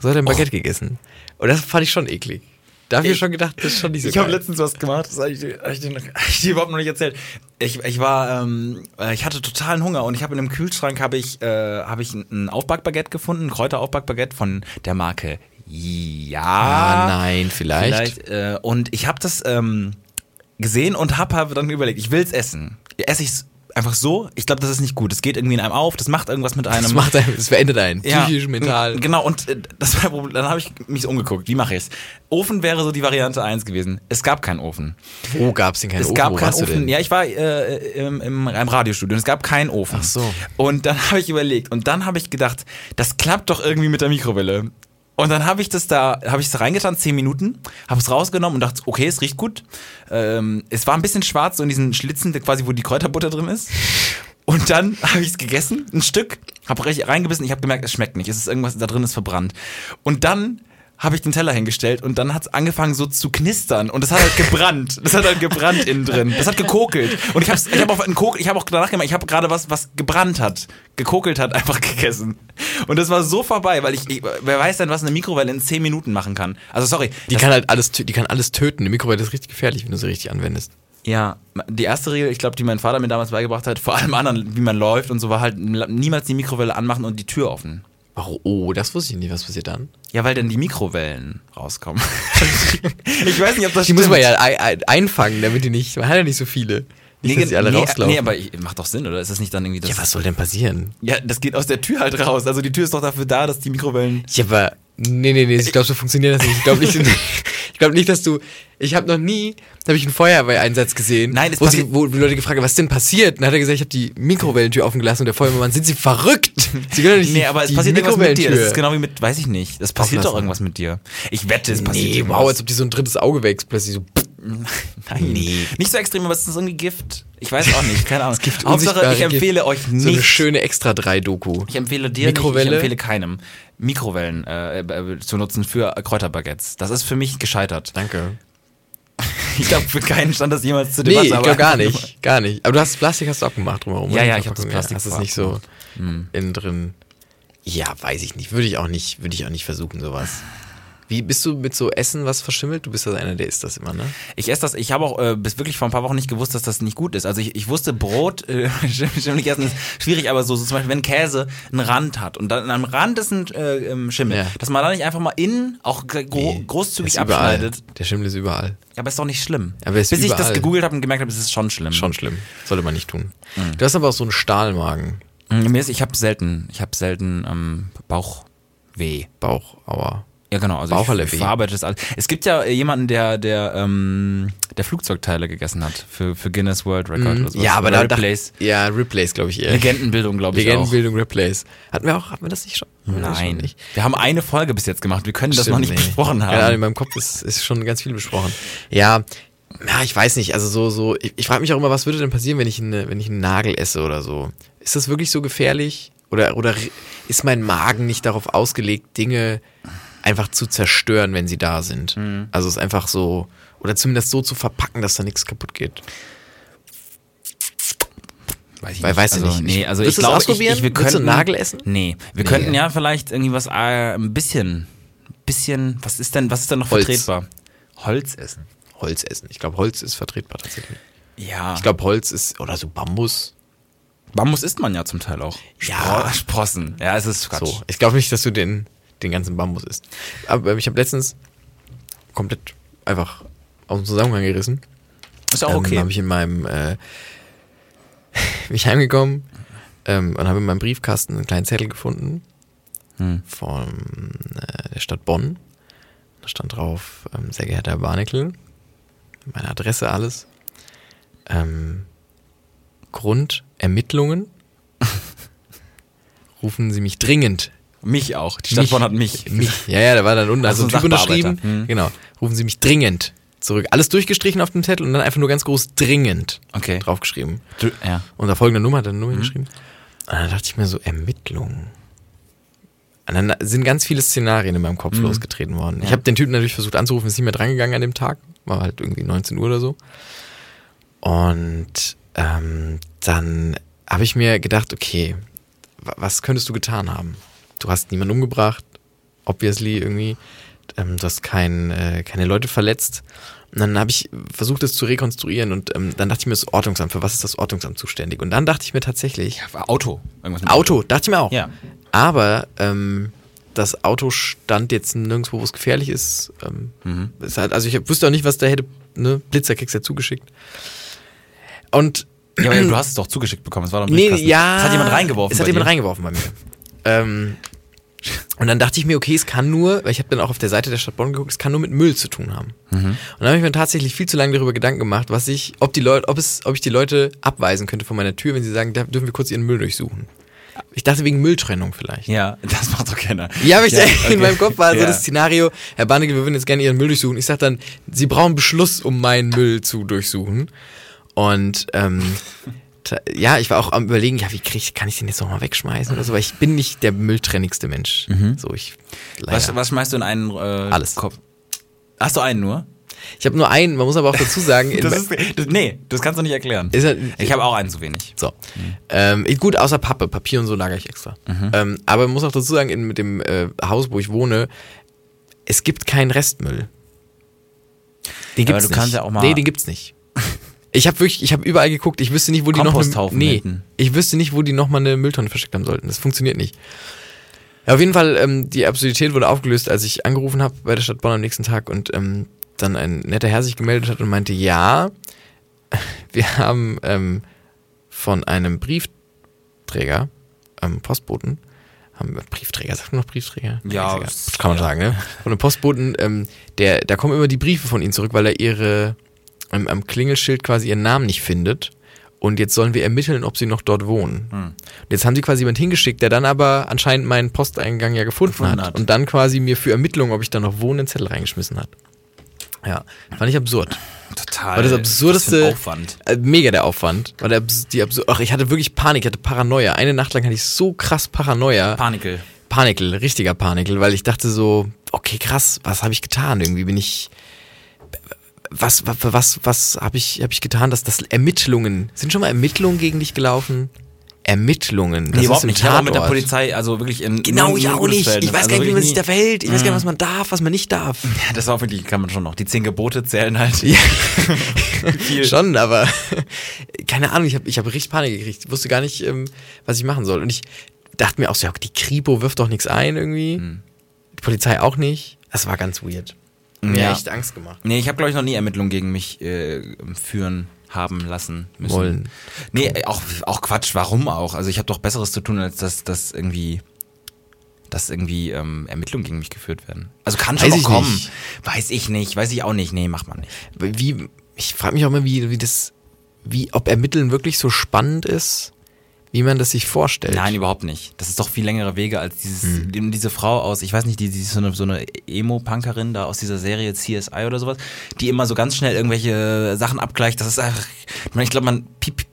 Speaker 2: So hat er ein Baguette gegessen. Und das fand ich schon eklig. Da habe ich mir schon gedacht, das ist schon nicht so
Speaker 3: Ich habe
Speaker 2: geil.
Speaker 3: letztens was gemacht, das habe ich, dir- hab ich, dir noch- hab ich dir überhaupt noch nicht erzählt. Ich, ich war, ähm, äh, ich hatte totalen Hunger und ich habe in einem Kühlschrank habe ich, äh, habe ich ein- ein Aufbackbaguette gefunden, ein Kräuteraufbackbaguette von der Marke. Ja.
Speaker 2: Ah, nein, vielleicht.
Speaker 3: Vielleicht, äh, und ich habe das ähm, gesehen und habe hab dann überlegt, ich will es essen. Esse ich es einfach so? Ich glaube, das ist nicht gut. Es geht irgendwie in einem auf, das macht irgendwas mit einem.
Speaker 2: Das macht einen, das verändert einen. Psychisch, mental.
Speaker 3: m- Genau, und äh, das war ein Problem. Dann habe ich mich umgeguckt. Wie mache ich's? Ofen wäre so die Variante 1 gewesen. Es gab keinen Ofen.
Speaker 2: Wo gab es denn keinen
Speaker 3: es
Speaker 2: Ofen?
Speaker 3: gab
Speaker 2: Oh, Wo
Speaker 3: keinen
Speaker 2: warst du
Speaker 3: Ofen.
Speaker 2: denn?
Speaker 3: Ja, ich war äh, im, im, im Radiostudio und es gab keinen Ofen.
Speaker 2: Ach so.
Speaker 3: Und dann habe ich überlegt und dann habe ich gedacht, das klappt doch irgendwie mit der Mikrowelle. Und dann habe ich das da, habe ich es da reingetan, zehn Minuten, habe es rausgenommen und dachte, okay, es riecht gut. Ähm, es war ein bisschen schwarz, so in diesen Schlitzen, quasi wo die Kräuterbutter drin ist. Und dann habe ich es gegessen, ein Stück, habe reingebissen, ich habe gemerkt, es schmeckt nicht, es ist irgendwas da drin, ist verbrannt. Und dann habe ich den Teller hingestellt und dann hat es angefangen so zu knistern und das hat halt gebrannt. Das hat halt gebrannt innen drin. Das hat gekokelt. Und ich habe ich hab auch, einen Kok- ich hab auch danach gemacht, ich habe gerade was, was gebrannt hat, gekokelt hat, einfach gegessen. Und das war so vorbei, weil ich, ich wer weiß denn, was eine Mikrowelle in 10 Minuten machen kann. Also sorry,
Speaker 2: Die
Speaker 3: das-
Speaker 2: kann halt alles, tö- die kann alles töten. Eine Mikrowelle ist richtig gefährlich, wenn du sie richtig anwendest.
Speaker 3: Ja, die erste Regel, ich glaube, die mein Vater mir damals beigebracht hat, vor allem anderen, wie man läuft und so, war halt niemals die Mikrowelle anmachen und die Tür offen.
Speaker 2: Warum? Oh, das wusste ich nicht. Was passiert dann?
Speaker 3: Ja, weil dann die Mikrowellen rauskommen. ich weiß nicht, ob das
Speaker 2: Die
Speaker 3: stimmt.
Speaker 2: muss man ja ei- ei- einfangen, damit die nicht, man hat ja nicht so viele. Nicht, dass die alle
Speaker 3: nee,
Speaker 2: rauslaufen.
Speaker 3: Nee, aber ich, macht doch Sinn, oder? Ist das nicht dann irgendwie das?
Speaker 2: ja, was soll denn passieren?
Speaker 3: Ja, das geht aus der Tür halt raus. Also die Tür ist doch dafür da, dass die Mikrowellen.
Speaker 2: Ja, aber äh, nee, nee, nee, ich glaube, so funktioniert das nicht. Ich glaube nicht, ich glaube nicht, dass du ich habe noch nie, da habe ich einen Feuerwehreinsatz gesehen,
Speaker 3: Nein, es
Speaker 2: wo, sie,
Speaker 3: passi-
Speaker 2: wo die Leute gefragt haben, was denn passiert? Und dann hat er gesagt, ich habe die Mikrowellentür offen gelassen und der Feuerwehrmann, sind Sie verrückt? Sie können doch nicht
Speaker 3: Nee,
Speaker 2: die-
Speaker 3: aber es
Speaker 2: die
Speaker 3: passiert irgendwas mit dir. Das ist
Speaker 2: Mikrowellentür.
Speaker 3: genau wie mit, weiß ich nicht. Das passiert doch
Speaker 2: Auflassen.
Speaker 3: irgendwas mit dir. Ich wette, es passiert
Speaker 2: Nee, wow,
Speaker 3: irgendwas.
Speaker 2: als ob die so ein drittes Auge wächst, plötzlich so. pff.
Speaker 3: Nein.
Speaker 2: Nee.
Speaker 3: Nicht so extrem, aber es ist irgendwie Gift. Ich weiß auch nicht, keine Ahnung.
Speaker 2: gibt
Speaker 3: Hauptsache,
Speaker 2: unsichtbare
Speaker 3: ich empfehle
Speaker 2: Gift.
Speaker 3: euch
Speaker 2: So eine
Speaker 3: nicht.
Speaker 2: schöne extra 3 Doku.
Speaker 3: ich empfehle dir nicht, ich
Speaker 2: Mikrowelle?
Speaker 3: empfehle keinem, Mikrowellen äh, äh, zu nutzen für Kräuterbaguettes. Das ist für mich gescheitert.
Speaker 2: Danke.
Speaker 3: Ich glaube, für keinen stand das jemals zur
Speaker 2: Nee,
Speaker 3: Debatte.
Speaker 2: ich
Speaker 3: aber-
Speaker 2: glaube gar nicht, gar nicht. Aber du hast Plastik hast du abgemacht drumherum.
Speaker 3: Ja,
Speaker 2: oder?
Speaker 3: ja,
Speaker 2: Die
Speaker 3: ich hab das
Speaker 2: Verpackung,
Speaker 3: Plastik Hm.
Speaker 2: Hast es nicht so innen drin. Ja, weiß ich nicht. Würde ich auch nicht, würde ich auch nicht versuchen sowas. Wie bist du mit so Essen was verschimmelt? Du bist das einer, der isst das immer, ne?
Speaker 3: Ich esse das, ich habe auch äh, bis wirklich vor ein paar Wochen nicht gewusst, dass das nicht gut ist. Also ich, ich wusste, Brot, äh, schimmelig essen ist schwierig, aber so, so zum Beispiel, wenn Käse einen Rand hat und dann am Rand ist ein äh, ähm, Schimmel,
Speaker 2: Ja.
Speaker 3: dass man da nicht einfach mal innen auch gro
Speaker 2: Nee,
Speaker 3: Oh, großzügig
Speaker 2: der ist überall.
Speaker 3: abschneidet.
Speaker 2: Der Schimmel ist überall.
Speaker 3: Aber ist doch nicht schlimm.
Speaker 2: Aber ist
Speaker 3: Bis ich das
Speaker 2: überall.
Speaker 3: Hm. gegoogelt habe und gemerkt habe, es ist schon schlimm. Hm.
Speaker 2: Schon schlimm. Sollte man nicht tun. Du hast aber auch so einen Stahlmagen.
Speaker 3: Mhm, Mir ist, ich habe selten, ich habe selten ähm, Bauchweh.
Speaker 2: Bauchauer.
Speaker 3: Ja, genau. Also ich,
Speaker 2: Baucherlebby.
Speaker 3: ich verarbeite das alles. Es gibt ja jemanden, der, der, ähm, der Flugzeugteile gegessen hat für, für Guinness World Record oder sowas.
Speaker 2: Mhm. Ja, aber da Replays.
Speaker 3: Replays.
Speaker 2: Ja, Replays, glaube ich eher.
Speaker 3: Legendenbildung, glaube ich.
Speaker 2: Legendenbildung Replays. Hatten wir auch, hatten wir das nicht schon?
Speaker 3: auch.
Speaker 2: Hatten wir das schon
Speaker 3: Nein.
Speaker 2: nicht?
Speaker 3: Wir haben eine Folge bis jetzt gemacht. Wir können das
Speaker 2: Stimmt,
Speaker 3: noch nicht
Speaker 2: nee.
Speaker 3: besprochen haben.
Speaker 2: Ja, in meinem Kopf ist, ist schon ganz viel besprochen. Ja, ja, ich weiß nicht. Also so, so, ich, ich frage mich auch immer, was würde denn passieren, wenn ich, eine, wenn ich einen Nagel esse oder so? Ist das wirklich so gefährlich? Oder, oder ri- ist mein Magen nicht darauf ausgelegt, Dinge einfach zu zerstören, wenn sie da sind?
Speaker 3: Mhm.
Speaker 2: Also es ist einfach so, oder zumindest so zu verpacken, dass da nichts kaputt geht.
Speaker 3: Weiß ich
Speaker 2: Weil, weiß ich
Speaker 3: also,
Speaker 2: nicht.
Speaker 3: Nee, also
Speaker 2: Willst
Speaker 3: ich
Speaker 2: du es
Speaker 3: glaube,
Speaker 2: ausprobieren?
Speaker 3: Ich, ich, wir
Speaker 2: Willst du
Speaker 3: könnten
Speaker 2: einen Nagel essen?
Speaker 3: Nee, wir
Speaker 2: Nee.
Speaker 3: könnten ja vielleicht irgendwie was äh, ein bisschen bisschen was ist denn was ist denn noch
Speaker 2: Holz.
Speaker 3: vertretbar? Holz essen.
Speaker 2: Holz essen. Ich glaube, Holz ist vertretbar tatsächlich.
Speaker 3: Ja.
Speaker 2: Ich glaube, Holz ist, oder so Bambus.
Speaker 3: Bambus isst man ja zum Teil auch.
Speaker 2: Ja.
Speaker 3: Spro- Sprossen. Ja, es ist Quatsch.
Speaker 2: So, ich glaube nicht, dass du den, den ganzen Bambus isst. Aber ich habe letztens komplett einfach aus dem Zusammenhang gerissen.
Speaker 3: Ist auch okay.
Speaker 2: Ähm, habe ich in meinem äh, bin ich heimgekommen ähm, und habe in meinem Briefkasten einen kleinen Zettel gefunden
Speaker 3: Hm.
Speaker 2: von äh, der Stadt Bonn. Da stand drauf, ähm, sehr geehrter Herr Barnickel, meine Adresse alles. Ähm, Grund Ermittlungen. Rufen Sie mich dringend
Speaker 3: mich auch. Die Stadt Bonn hat mich.
Speaker 2: mich. Ja, ja, da war dann unten
Speaker 3: Ach,
Speaker 2: also
Speaker 3: so
Speaker 2: ein
Speaker 3: ein
Speaker 2: Typ unterschrieben.
Speaker 3: Sachbearbeiter. Mhm.
Speaker 2: Genau. Rufen Sie mich dringend zurück. Alles durchgestrichen auf dem Zettel und dann einfach nur ganz groß dringend
Speaker 3: Okay. Mhm.
Speaker 2: draufgeschrieben.
Speaker 3: Du- Ja.
Speaker 2: Unter folgender Nummer hat er eine Nummer geschrieben. Und dann dachte ich mir so, Ermittlungen. Und dann sind ganz viele Szenarien in meinem Kopf
Speaker 3: Mhm.
Speaker 2: losgetreten worden. Ich habe den Typen natürlich versucht anzurufen, ist nicht mehr drangegangen an dem Tag. War halt irgendwie 19 Uhr oder so. Und ähm, dann habe ich mir gedacht, okay, wa- was könntest du getan haben? Du hast niemanden umgebracht, obviously irgendwie. Ähm, du hast kein, äh, keine Leute verletzt. Und dann habe ich versucht, das zu rekonstruieren. Und ähm, dann dachte ich mir, das Ordnungsamt, für was ist das Ordnungsamt zuständig? Und dann dachte ich mir tatsächlich,
Speaker 3: Auto. Irgendwas mit
Speaker 2: Auto, dachte ich mir auch.
Speaker 3: Ja.
Speaker 2: Aber ähm, das Auto stand jetzt nirgendwo, wo es gefährlich ist. Ähm, ist halt, also ich wusste auch nicht, was da hätte, ne? Blitzerkeks ja zugeschickt. Und
Speaker 3: Ja, aber du hast es doch zugeschickt bekommen. Es war doch im
Speaker 2: Nee,
Speaker 3: Briefkasten.
Speaker 2: ja.
Speaker 3: Es hat jemand reingeworfen.
Speaker 2: Es hat
Speaker 3: bei
Speaker 2: jemand
Speaker 3: dir.
Speaker 2: reingeworfen bei mir. ähm, und dann dachte ich mir, okay, es kann nur, weil ich habe dann auch auf der Seite der Stadt Bonn geguckt, es kann nur mit Müll zu tun haben.
Speaker 3: Mhm.
Speaker 2: Und dann habe ich mir tatsächlich viel zu lange darüber Gedanken gemacht, was ich, ob die Leute, ob es, ob ich die Leute abweisen könnte von meiner Tür, wenn sie sagen, da dürfen wir kurz ihren Müll durchsuchen. Ich dachte wegen Mülltrennung vielleicht.
Speaker 3: Ja, das macht doch keiner.
Speaker 2: Ja, aber ich
Speaker 3: okay.
Speaker 2: in meinem Kopf war so
Speaker 3: Ja.
Speaker 2: das Szenario, Herr Barnigel, wir würden jetzt gerne Ihren Müll durchsuchen. Ich sag dann, Sie brauchen Beschluss, um meinen Müll zu durchsuchen. Und ähm, ta- ja, ich war auch am überlegen, ja, wie krieg, ich- kann ich den jetzt nochmal wegschmeißen oder so, weil ich bin nicht der mülltrennigste Mensch. So, ich leider.
Speaker 3: Mhm. Was, was schmeißt du in einen äh,
Speaker 2: Alles.
Speaker 3: Kopf? Hast du einen nur?
Speaker 2: Ich habe nur einen, man muss aber auch dazu sagen, in
Speaker 3: Das
Speaker 2: me-
Speaker 3: ist, das, nee, das kannst du nicht erklären.
Speaker 2: Ist halt-
Speaker 3: ich habe auch einen zu wenig.
Speaker 2: So. Ähm, gut, außer Pappe. Papier und so lagere ich extra.
Speaker 3: Mhm.
Speaker 2: Ähm, aber man muss auch dazu sagen, in, mit dem äh, Haus, wo ich wohne, es gibt keinen Restmüll. Den
Speaker 3: Ja, aber
Speaker 2: gibt's
Speaker 3: du
Speaker 2: nicht.
Speaker 3: kannst ja auch mal-
Speaker 2: nee, den gibt's nicht. Ich habe wirklich, ich habe überall geguckt. Ich wüsste nicht, wo die noch
Speaker 3: Komposthaufen
Speaker 2: nee,
Speaker 3: hinten.
Speaker 2: ich wüsste nicht, wo die noch mal eine Mülltonne versteckt haben sollten. Das funktioniert nicht. Ja, auf jeden Fall, ähm, die Absurdität wurde aufgelöst, als ich angerufen habe bei der Stadt Bonn am nächsten Tag und ähm, dann ein netter Herr sich gemeldet hat und meinte, ja, wir haben ähm, von einem Briefträger, ähm, Postboten, haben wir Briefträger, sagt man noch Briefträger? Ist
Speaker 3: Ja,
Speaker 2: egal.
Speaker 3: es-
Speaker 2: kann man sagen, ne? Von einem Postboten, ähm, der, da kommen immer die Briefe von ihnen zurück, weil er ihre ähm, am Klingelschild quasi ihren Namen nicht findet. Und jetzt sollen wir ermitteln, ob sie noch dort wohnen.
Speaker 3: Hm.
Speaker 2: Und jetzt haben sie quasi jemand hingeschickt, der dann aber anscheinend meinen Posteingang ja gefunden,
Speaker 3: Gefunden
Speaker 2: hat.
Speaker 3: hat.
Speaker 2: Und dann quasi mir für Ermittlungen, ob ich da noch wohne, einen Zettel reingeschmissen hat. Ja, fand ich absurd.
Speaker 3: Total.
Speaker 2: War das absurdeste.
Speaker 3: Was für ein Aufwand.
Speaker 2: Äh, Mega der Aufwand. War der, abs- die absur Ach, ich hatte wirklich Panik, ich hatte Paranoia. Eine Nacht lang hatte ich so krass Paranoia.
Speaker 3: Panikel.
Speaker 2: Panikel, richtiger Panikel, weil ich dachte so, okay, krass, was habe ich getan? Irgendwie bin ich was was was, was habe ich habe ich getan, dass das Ermittlungen sind schon mal Ermittlungen gegen dich gelaufen? Ermittlungen, das
Speaker 3: Nee,
Speaker 2: ist
Speaker 3: überhaupt
Speaker 2: im
Speaker 3: nicht. Ich habe auch mit der
Speaker 2: Tatort.
Speaker 3: Polizei, also wirklich in.
Speaker 2: Genau,
Speaker 3: nur-
Speaker 2: ja
Speaker 3: nur
Speaker 2: auch
Speaker 3: gutes
Speaker 2: nicht. Ich
Speaker 3: Verhältnis.
Speaker 2: weiß gar nicht,
Speaker 3: Also
Speaker 2: wie man
Speaker 3: wirklich
Speaker 2: sich da verhält. Ich weiß gar nicht, was man darf, was man nicht darf.
Speaker 3: nie- Ja, Das war wirklich, kann man schon noch. Die zehn Gebote zählen halt.
Speaker 2: Ja.
Speaker 3: Viel.
Speaker 2: Schon, aber keine Ahnung, ich habe ich hab richtig Panik gekriegt. Ich wusste gar nicht, ähm, was ich machen soll. Und ich dachte mir auch so, ja, die Kripo wirft doch nichts ein irgendwie.
Speaker 3: Mhm.
Speaker 2: Die Polizei auch nicht. Das war ganz weird. Mir
Speaker 3: Ja.
Speaker 2: echt Angst gemacht.
Speaker 3: Nee, ich habe, glaube ich, noch nie Ermittlungen gegen mich äh, führen haben lassen müssen.
Speaker 2: Wollen.
Speaker 3: Nee, äh, auch, auch Quatsch, warum auch? Also ich habe doch Besseres zu tun, als dass das irgendwie dass irgendwie ähm, Ermittlungen gegen mich geführt werden. Also kann schon
Speaker 2: Weiß
Speaker 3: auch
Speaker 2: ich
Speaker 3: kommen.
Speaker 2: nicht.
Speaker 3: Weiß ich nicht, weiß ich auch nicht. Nee, macht man nicht.
Speaker 2: Wie, ich frage mich auch immer, wie, wie das, wie, ob Ermitteln wirklich so spannend ist, wie man das sich vorstellt.
Speaker 3: Nein, überhaupt nicht. Das ist doch viel längere Wege als dieses,
Speaker 2: Mhm.
Speaker 3: diese Frau aus, ich weiß nicht, die, die ist so eine, so eine Emo-Punkerin da aus dieser Serie CSI oder sowas, die immer so ganz schnell irgendwelche Sachen abgleicht. Das ist einfach, ich, meine, ich glaube, man pip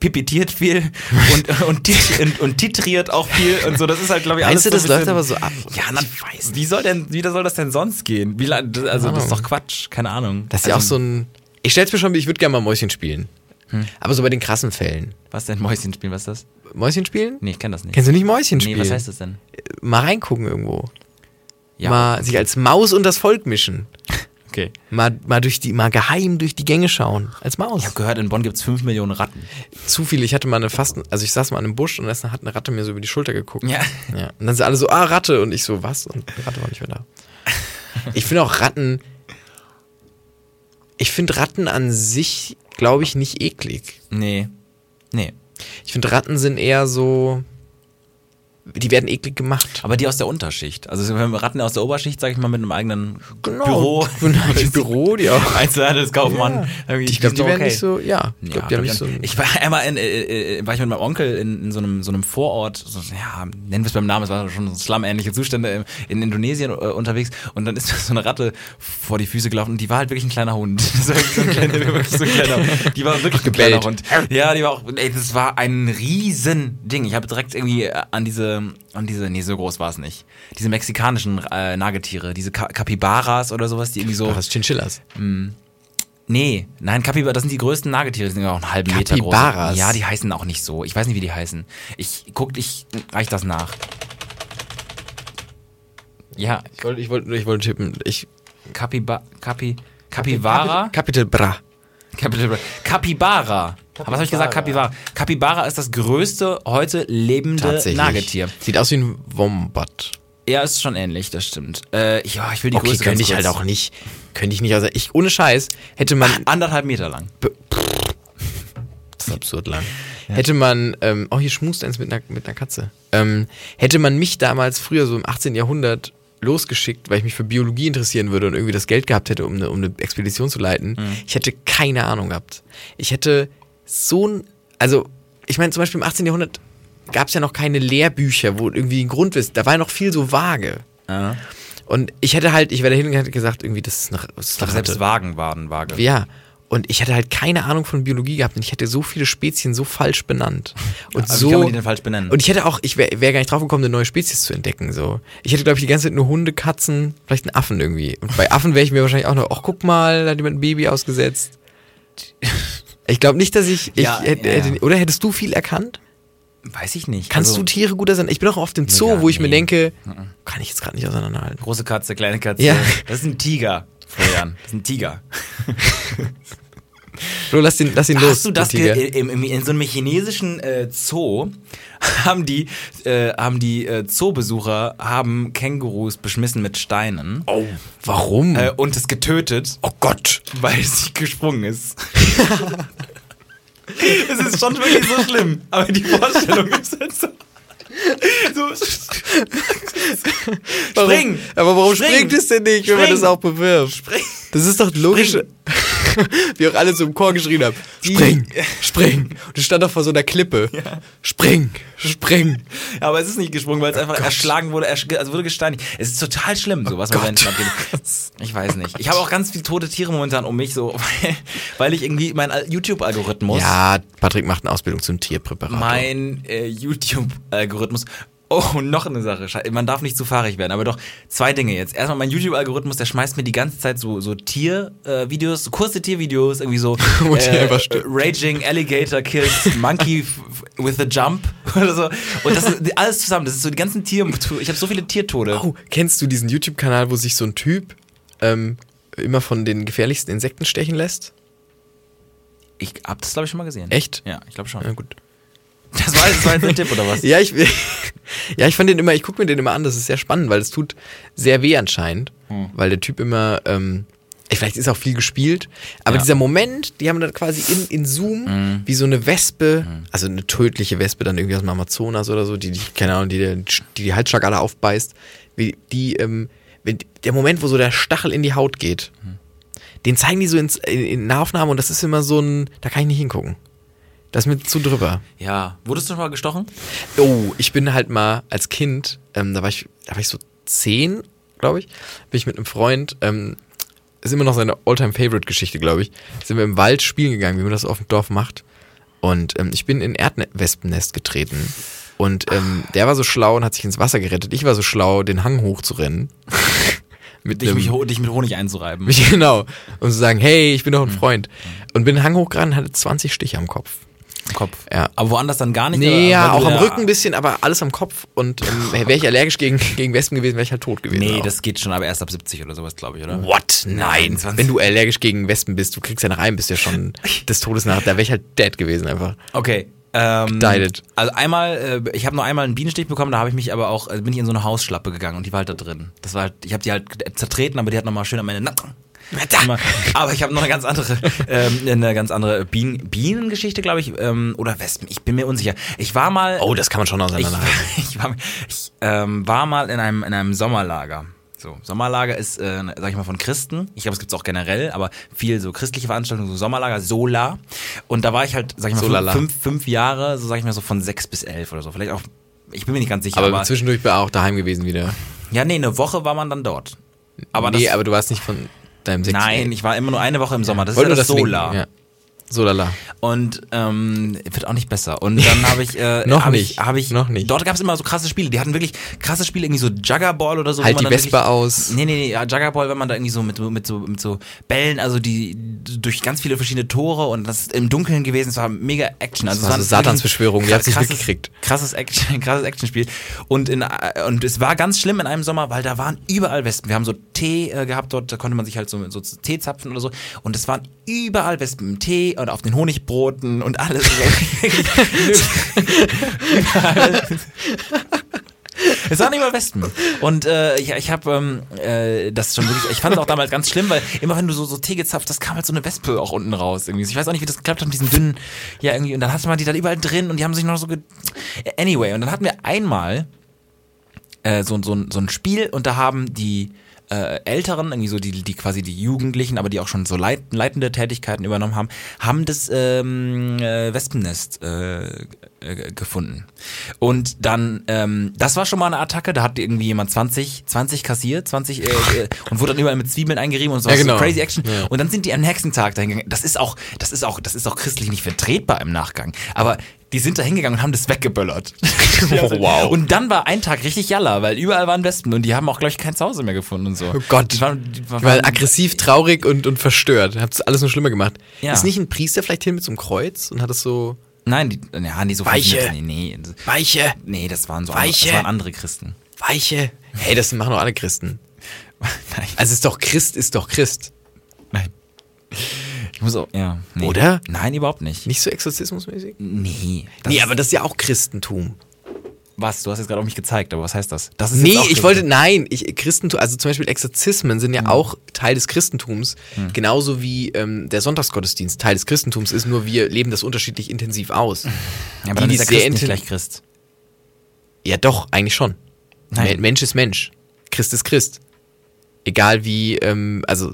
Speaker 3: pipettiert viel und, und, tit und, und titriert auch viel und so. Das ist halt, glaube ich, alles
Speaker 2: Meinst du,
Speaker 3: so
Speaker 2: das
Speaker 3: ein
Speaker 2: läuft
Speaker 3: bisschen-
Speaker 2: aber so ab?
Speaker 3: Ja, na, weiß. Wie soll denn, wie soll das denn sonst gehen? Wie, la- also, das ist doch Quatsch. Keine Ahnung. Also,
Speaker 2: Das ist ja auch so ein. Also Ich stell's mir schon, ich würde gerne mal Mäuschen spielen.
Speaker 3: Hm.
Speaker 2: Aber so bei den krassen Fällen.
Speaker 3: Was denn Mäuschen spielen? Was ist das?
Speaker 2: Mäuschen spielen?
Speaker 3: Nee, ich kenne das nicht.
Speaker 2: Kennst du nicht Mäuschen spielen?
Speaker 3: Nee, was heißt das denn?
Speaker 2: Mal reingucken irgendwo.
Speaker 3: Ja.
Speaker 2: Mal sich als Maus und das Volk mischen.
Speaker 3: Okay.
Speaker 2: Mal, mal durch die, mal geheim durch die Gänge schauen. Als Maus.
Speaker 3: Ich habe gehört, in Bonn gibt's fünf Millionen Ratten.
Speaker 2: Zu viele, ich hatte mal eine Fasten, also ich saß mal an einem Busch und da ist eine- hat eine Ratte mir so über die Schulter geguckt.
Speaker 3: Ja.
Speaker 2: ja. Und dann sind alle so, ah, Ratte. Und ich so, was? Und die Ratte war nicht mehr da. Ich finde auch Ratten. Ich finde Ratten an sich, glaube ich, nicht eklig.
Speaker 3: Nee. Nee.
Speaker 2: Ich finde, Ratten sind eher so. Die werden eklig gemacht.
Speaker 3: Aber die aus der Unterschicht. Also wenn wir Ratten aus der Oberschicht, sag ich mal, mit einem eigenen
Speaker 2: Büro.
Speaker 3: Büro.
Speaker 2: Die Genau. Büro, die auch.
Speaker 3: Einzelhandelskaufmann. Irgendwie,
Speaker 2: Ich glaube, die
Speaker 3: sind
Speaker 2: werden
Speaker 3: okay.
Speaker 2: nicht so. Ja, ich glaube,
Speaker 3: Ja,
Speaker 2: die haben
Speaker 3: glaub
Speaker 2: nicht so.
Speaker 3: ich, war einmal in, äh, äh, war ich mit meinem Onkel in, in so, einem, so einem Vorort, so, ja, nennen wir es beim Namen, es war schon so slum-ähnliche Zustände in, in Indonesien äh, unterwegs und dann ist mir so eine Ratte vor die Füße gelaufen und die war halt wirklich ein kleiner Hund. Das war wirklich so ein kleiner, wirklich so ein kleiner Die war wirklich ein kleiner Hund.
Speaker 2: gebellt.
Speaker 3: Ja, die war auch, ey, das war ein riesen Ding. Ich habe direkt irgendwie äh, an diese, an diese, nee, so groß war es nicht. Diese mexikanischen äh, Nagetiere, diese Ka Capybaras oder sowas, die irgendwie so.
Speaker 2: Was? Chinchillas.
Speaker 3: Nee, nein, Capybara, das sind die größten Nagetiere, die sind auch einen halben Meter groß.
Speaker 2: Capybaras?
Speaker 3: Ja, die heißen auch nicht so. Ich weiß nicht, wie die heißen. Ich guck, ich reich das nach. Ja,
Speaker 2: Ich wollte ich wollte, ich wollte tippen. Ich,
Speaker 3: Capyba, Capi, Capybara?
Speaker 2: Capital Bra.
Speaker 3: Capybara. Capybara. Was habe ich gesagt? Capybara. Capybara ist das größte heute lebende
Speaker 2: Tatsächlich.
Speaker 3: Nagetier.
Speaker 2: Sieht aus wie ein Wombat.
Speaker 3: Ja, ist schon ähnlich, das stimmt. Äh, ja, ich will die
Speaker 2: Okay,
Speaker 3: Größe ganz
Speaker 2: könnte ich halt
Speaker 3: kurz.
Speaker 2: auch nicht. Könnte ich nicht. Also ich, ohne Scheiß, hätte man.
Speaker 3: Anderthalb Meter lang.
Speaker 2: Das ist absurd lang. Hätte man, ähm, oh, hier schmust eins mit einer, mit einer Katze. Ähm, hätte man mich damals früher, so im 18. Jahrhundert, losgeschickt, weil ich mich für Biologie interessieren würde und irgendwie das Geld gehabt hätte, um eine, um eine Expedition zu leiten, ich hätte keine Ahnung gehabt. Ich hätte so ein, also, ich meine, zum Beispiel im 18. Jahrhundert gab es ja noch keine Lehrbücher, wo irgendwie ein Grundwissen, da war ja noch viel so vage.
Speaker 3: Ja.
Speaker 2: Und ich hätte halt, ich wäre dahin gegangen, hätte gesagt, irgendwie, das ist eine, das ist eine Ratte.
Speaker 3: Selbst Wagen waren Waage.
Speaker 2: Ja. Und ich hatte halt keine Ahnung von Biologie gehabt und ich hätte so viele Spezien so falsch benannt. Und
Speaker 3: aber also
Speaker 2: so.
Speaker 3: wie kann man die denn falsch benennen?
Speaker 2: Und ich hätte auch, ich wäre wär gar nicht drauf gekommen, eine neue Spezies zu entdecken. So. Ich hätte, glaube ich, die ganze Zeit nur Hunde, Katzen, vielleicht einen Affen irgendwie. Und bei Affen wäre ich mir wahrscheinlich auch noch, ach guck mal, da hat jemand ein Baby ausgesetzt. Ich glaube nicht, dass ich. ich
Speaker 3: Ja,
Speaker 2: hätte,
Speaker 3: ja, ja.
Speaker 2: Hätte, oder hättest du viel erkannt?
Speaker 3: Weiß ich nicht.
Speaker 2: Kannst
Speaker 3: Also-
Speaker 2: du Tiere gut sein? Ich bin auch auf dem Zoo,
Speaker 3: Mega,
Speaker 2: wo ich mir
Speaker 3: nee. Mhm.
Speaker 2: denke, kann ich jetzt gerade nicht auseinanderhalten.
Speaker 3: Große Katze, kleine Katze.
Speaker 2: Ja.
Speaker 3: Das ist ein Tiger, Florian. Das ist ein Tiger.
Speaker 2: So, lass den, lass ihn los.
Speaker 3: Hast du das
Speaker 2: den Tiger.
Speaker 3: ge- im, im, in so einem chinesischen äh, Zoo haben die äh, haben die äh, Zoobesucher haben Kängurus beschmissen mit Steinen
Speaker 2: Oh, warum?
Speaker 3: äh, und es getötet,
Speaker 2: oh Gott.
Speaker 3: weil es nicht gesprungen ist. es ist schon wirklich so schlimm, aber die Vorstellung ist halt so. so
Speaker 2: Warum-
Speaker 3: Spring!
Speaker 2: Aber warum
Speaker 3: Spring!
Speaker 2: springt es denn nicht, wenn man
Speaker 3: Spring!
Speaker 2: das auch bewirbt? Spring! Das ist doch logisch. Wie auch alle so im Chor geschrien haben. Spring! Spring! Und ich stand doch vor so einer Klippe. Spring! Spring!
Speaker 3: Ja, aber es ist nicht gesprungen, weil es einfach erschlagen wurde, ersch also wurde gesteinigt. Es ist total schlimm, sowas. mit Menschen abgeht. ich weiß nicht. Ich habe auch ganz viele tote Tiere momentan um mich, so, weil, weil ich irgendwie mein Al- YouTube-Algorithmus,
Speaker 2: Ja, Patrick macht eine Ausbildung zum Tierpräparator.
Speaker 3: mein äh, YouTube-Algorithmus, oh, noch eine Sache, Schei- man darf nicht zu fahrig werden, aber doch zwei Dinge jetzt. Erstmal mein YouTube-Algorithmus, der schmeißt mir die ganze Zeit so, so Tier-Videos, so kurze Tiervideos, irgendwie so
Speaker 2: Wo die
Speaker 3: äh,
Speaker 2: einfach stehen.
Speaker 3: Raging Alligator Kills Monkey f- f- with a Jump oder so. Und das ist alles zusammen. Das ist so die ganzen Tier. Ich habe so viele Tiertode.
Speaker 2: Oh, kennst du diesen YouTube-Kanal, wo sich so ein Typ ähm, immer von den gefährlichsten Insekten stechen lässt?
Speaker 3: Ich hab das, glaube ich, schon mal gesehen.
Speaker 2: Echt?
Speaker 3: Ja, ich glaube schon.
Speaker 2: Ja, gut.
Speaker 3: Das war, das war jetzt ein Tipp, oder was?
Speaker 2: Ja, ich, ja, ich fand den immer, ich
Speaker 3: Hm.
Speaker 2: gucke mir den immer an, das ist sehr spannend, weil es tut sehr weh anscheinend, weil der Typ immer ähm, vielleicht ist auch viel gespielt, aber
Speaker 3: Ja. Hm.
Speaker 2: dieser Moment, die haben dann quasi in, in Zoom wie so eine Wespe, also eine tödliche Wespe dann irgendwie aus dem Amazonas oder so, die, die keine Ahnung, die den- die, die Halsschlagader aufbeißt, wie die, ähm, wenn, der Moment, wo so der Stachel in die Haut geht,
Speaker 3: Hm.
Speaker 2: den zeigen die so ins, in, in Nahaufnahmen und das ist immer so ein, da kann ich nicht hingucken. Das ist mir zu drüber.
Speaker 3: Ja. Wurdest du schon mal gestochen?
Speaker 2: Oh, ich bin halt mal als Kind, ähm, da war ich, da war ich so zehn, glaube ich, bin ich mit einem Freund, ähm, ist immer noch seine All-Time-Favorite-Geschichte, glaube ich, sind wir im Wald spielen gegangen, wie man das auf dem Dorf macht. Und ähm, ich bin in ein Erdwespennest getreten. Und ähm, der war so schlau und hat sich ins Wasser gerettet. Ich war so schlau, den Hang hochzurennen. mit
Speaker 3: Dich,
Speaker 2: einem-
Speaker 3: mich, ho- dich mit Honig einzureiben.
Speaker 2: mich genau. Und zu sagen, hey, ich bin doch ein Freund. Und bin den Hang hochgerannt und hatte 20 Stiche am Kopf.
Speaker 3: im Kopf.
Speaker 2: Ja.
Speaker 3: Aber woanders dann gar nicht. oder-
Speaker 2: Nee, ja,
Speaker 3: weil
Speaker 2: auch
Speaker 3: du
Speaker 2: am
Speaker 3: da-
Speaker 2: Rücken ein bisschen, aber alles am Kopf. Und ähm, wäre ich allergisch gegen, gegen Wespen gewesen, wäre ich halt tot gewesen.
Speaker 3: Nee,
Speaker 2: auch.
Speaker 3: das geht schon, aber erst ab 70 oder sowas, glaube ich, oder?
Speaker 2: What? Nein.
Speaker 3: Nein,
Speaker 2: Wenn du allergisch gegen Wespen bist, du kriegst ja nach einem, bist ja schon des Todes nach. Da wäre ich halt dead gewesen einfach.
Speaker 3: Okay. Ähm,
Speaker 2: Gedeidet.
Speaker 3: also einmal, äh, ich habe nur einmal einen Bienenstich bekommen, da habe ich mich aber auch, äh, bin ich in so eine Hausschlappe gegangen und die war halt da drin. Das war, halt- ich habe die halt zertreten, aber die hat nochmal schön am Ende. Na, Nochmal- aber ich habe noch eine ganz andere, ähm, eine ganz andere Bien Bienengeschichte, glaube ich, ähm, oder Wespen. Ich bin mir unsicher. Ich war mal,
Speaker 2: Oh, das kann man schon
Speaker 3: ich,
Speaker 2: auseinanderhalten.
Speaker 3: ich, war, ich ähm, war mal in einem, in einem Sommerlager. So, Sommerlager ist, äh, sag ich mal, von Christen. Ich glaube, es gibt es auch generell, aber viel so christliche Veranstaltungen, so Sommerlager, Sola. Und da war ich halt, sag ich mal,
Speaker 2: Solala.
Speaker 3: fünf, fünf, fünf Jahre, so sag ich mal, so von sechs bis elf oder so. Vielleicht auch, ich bin mir nicht ganz sicher,
Speaker 2: aber,
Speaker 3: aber,
Speaker 2: zwischendurch war auch daheim gewesen wieder.
Speaker 3: ja, nee, eine Woche war man dann dort. Aber
Speaker 2: nee,
Speaker 3: das,
Speaker 2: aber du warst nicht von deinem Sex.
Speaker 3: nein, ich war immer nur eine Woche im Sommer. Das ist
Speaker 2: wollte
Speaker 3: ja
Speaker 2: nur
Speaker 3: das
Speaker 2: das Link-
Speaker 3: Sola.
Speaker 2: Ja. Solala.
Speaker 3: Und ähm, wird auch nicht besser. Und dann habe ich, äh,
Speaker 2: Noch
Speaker 3: hab
Speaker 2: nicht.
Speaker 3: ich, hab ich,
Speaker 2: Noch nicht.
Speaker 3: Dort gab es immer so krasse Spiele. Die hatten wirklich krasse Spiele, irgendwie so Juggerball oder so. wo
Speaker 2: Halt
Speaker 3: man
Speaker 2: die
Speaker 3: dann
Speaker 2: Wespe
Speaker 3: wirklich-
Speaker 2: aus.
Speaker 3: Nee, nee, nee, ja, Juggerball, wenn man da irgendwie so mit, mit so mit so Bällen, also die durch ganz viele verschiedene Tore und das ist im Dunkeln gewesen, es war mega Action. Also
Speaker 2: Das war
Speaker 3: es
Speaker 2: so
Speaker 3: wirklich
Speaker 2: Satansbeschwörung, ihr
Speaker 3: krass-
Speaker 2: habt's nicht
Speaker 3: krasses-
Speaker 2: mitgekriegt.
Speaker 3: Krasses Action, krasses Actionspiel. Und in äh, und es war ganz schlimm in einem Sommer, weil da waren überall Wespen. Wir haben so Tee äh, gehabt dort, da konnte man sich halt so so Tee zapfen oder so und es waren überall Wespen im Tee und auf den Honigbroten und alles. Es waren immer Wespen. Und äh, ich, ich habe ähm, äh, das schon wirklich, ich fand es auch damals ganz schlimm, weil immer wenn du so, so Tee gezapft hast, kam halt so eine Wespe auch unten raus. Irgendwie. Ich weiß auch nicht, wie das geklappt hat mit diesen dünnen, ja irgendwie. Und dann hatte man die dann überall drin und die haben sich noch so ge Anyway, und dann hatten wir einmal äh, so, so, so ein Spiel und da haben die äh, Älteren, irgendwie so die, die quasi die Jugendlichen, aber die auch schon so leit leitende Tätigkeiten übernommen haben, haben das ähm, äh, Wespennest äh, äh, gefunden. Und dann, ähm, das war schon mal eine Attacke, da hat irgendwie jemand 20, 20 kassiert, 20 äh, äh, und wurde dann überall mit Zwiebeln eingerieben und so,
Speaker 2: Ja,
Speaker 3: was,
Speaker 2: genau.
Speaker 3: so crazy Action.
Speaker 2: Ja.
Speaker 3: Und dann sind die am nächsten Tag dahin gegangen. Das ist auch, das ist auch, das ist auch christlich nicht vertretbar im Nachgang. Aber die sind da hingegangen und haben das weggeböllert.
Speaker 2: also, wow.
Speaker 3: Und dann war ein Tag richtig jalla, weil überall waren Wespen und die haben auch, glaube ich, kein Zuhause mehr gefunden und so.
Speaker 2: Oh Gott.
Speaker 3: Die waren, die waren,
Speaker 2: Weil aggressiv, traurig und, und verstört. Habt's alles nur schlimmer gemacht.
Speaker 3: Ja.
Speaker 2: Ist nicht ein Priester vielleicht hin mit so einem Kreuz und hat es so.
Speaker 3: Nein, die, ja, haben die so
Speaker 2: Weiche.
Speaker 3: funktioniert. Nee, nee,
Speaker 2: Weiche,
Speaker 3: nee, das waren so
Speaker 2: Weiche.
Speaker 3: Andere, das waren andere Christen.
Speaker 2: weiche. Hey, das machen doch alle Christen.
Speaker 3: Nein,
Speaker 2: Also ist doch Christ, ist doch Christ.
Speaker 3: nein. Ich muss auch, ja. Nee.
Speaker 2: Oder?
Speaker 3: Nein, überhaupt nicht.
Speaker 2: Nicht so exorzismusmäßig?
Speaker 3: Nee. Das
Speaker 2: Nee, aber das ist ja auch Christentum.
Speaker 3: was? Du hast jetzt gerade auf mich gezeigt, aber was heißt das? Das ist
Speaker 2: Nee,
Speaker 3: jetzt auch
Speaker 2: ich
Speaker 3: Christen- Hm.
Speaker 2: wollte, nein, ich, Christentum, also zum Beispiel Exorzismen sind ja auch Teil des Christentums, genauso wie ähm, der Sonntagsgottesdienst Teil des Christentums ist, nur wir leben das unterschiedlich intensiv aus.
Speaker 3: Hm. Ja, aber dann
Speaker 2: die,
Speaker 3: ist der
Speaker 2: die sehr
Speaker 3: Christ nicht
Speaker 2: inten-
Speaker 3: gleich Christ.
Speaker 2: Ja, doch, eigentlich schon.
Speaker 3: Nein.
Speaker 2: Me- Mensch ist Mensch. Christ ist Christ. Egal wie, ähm, also,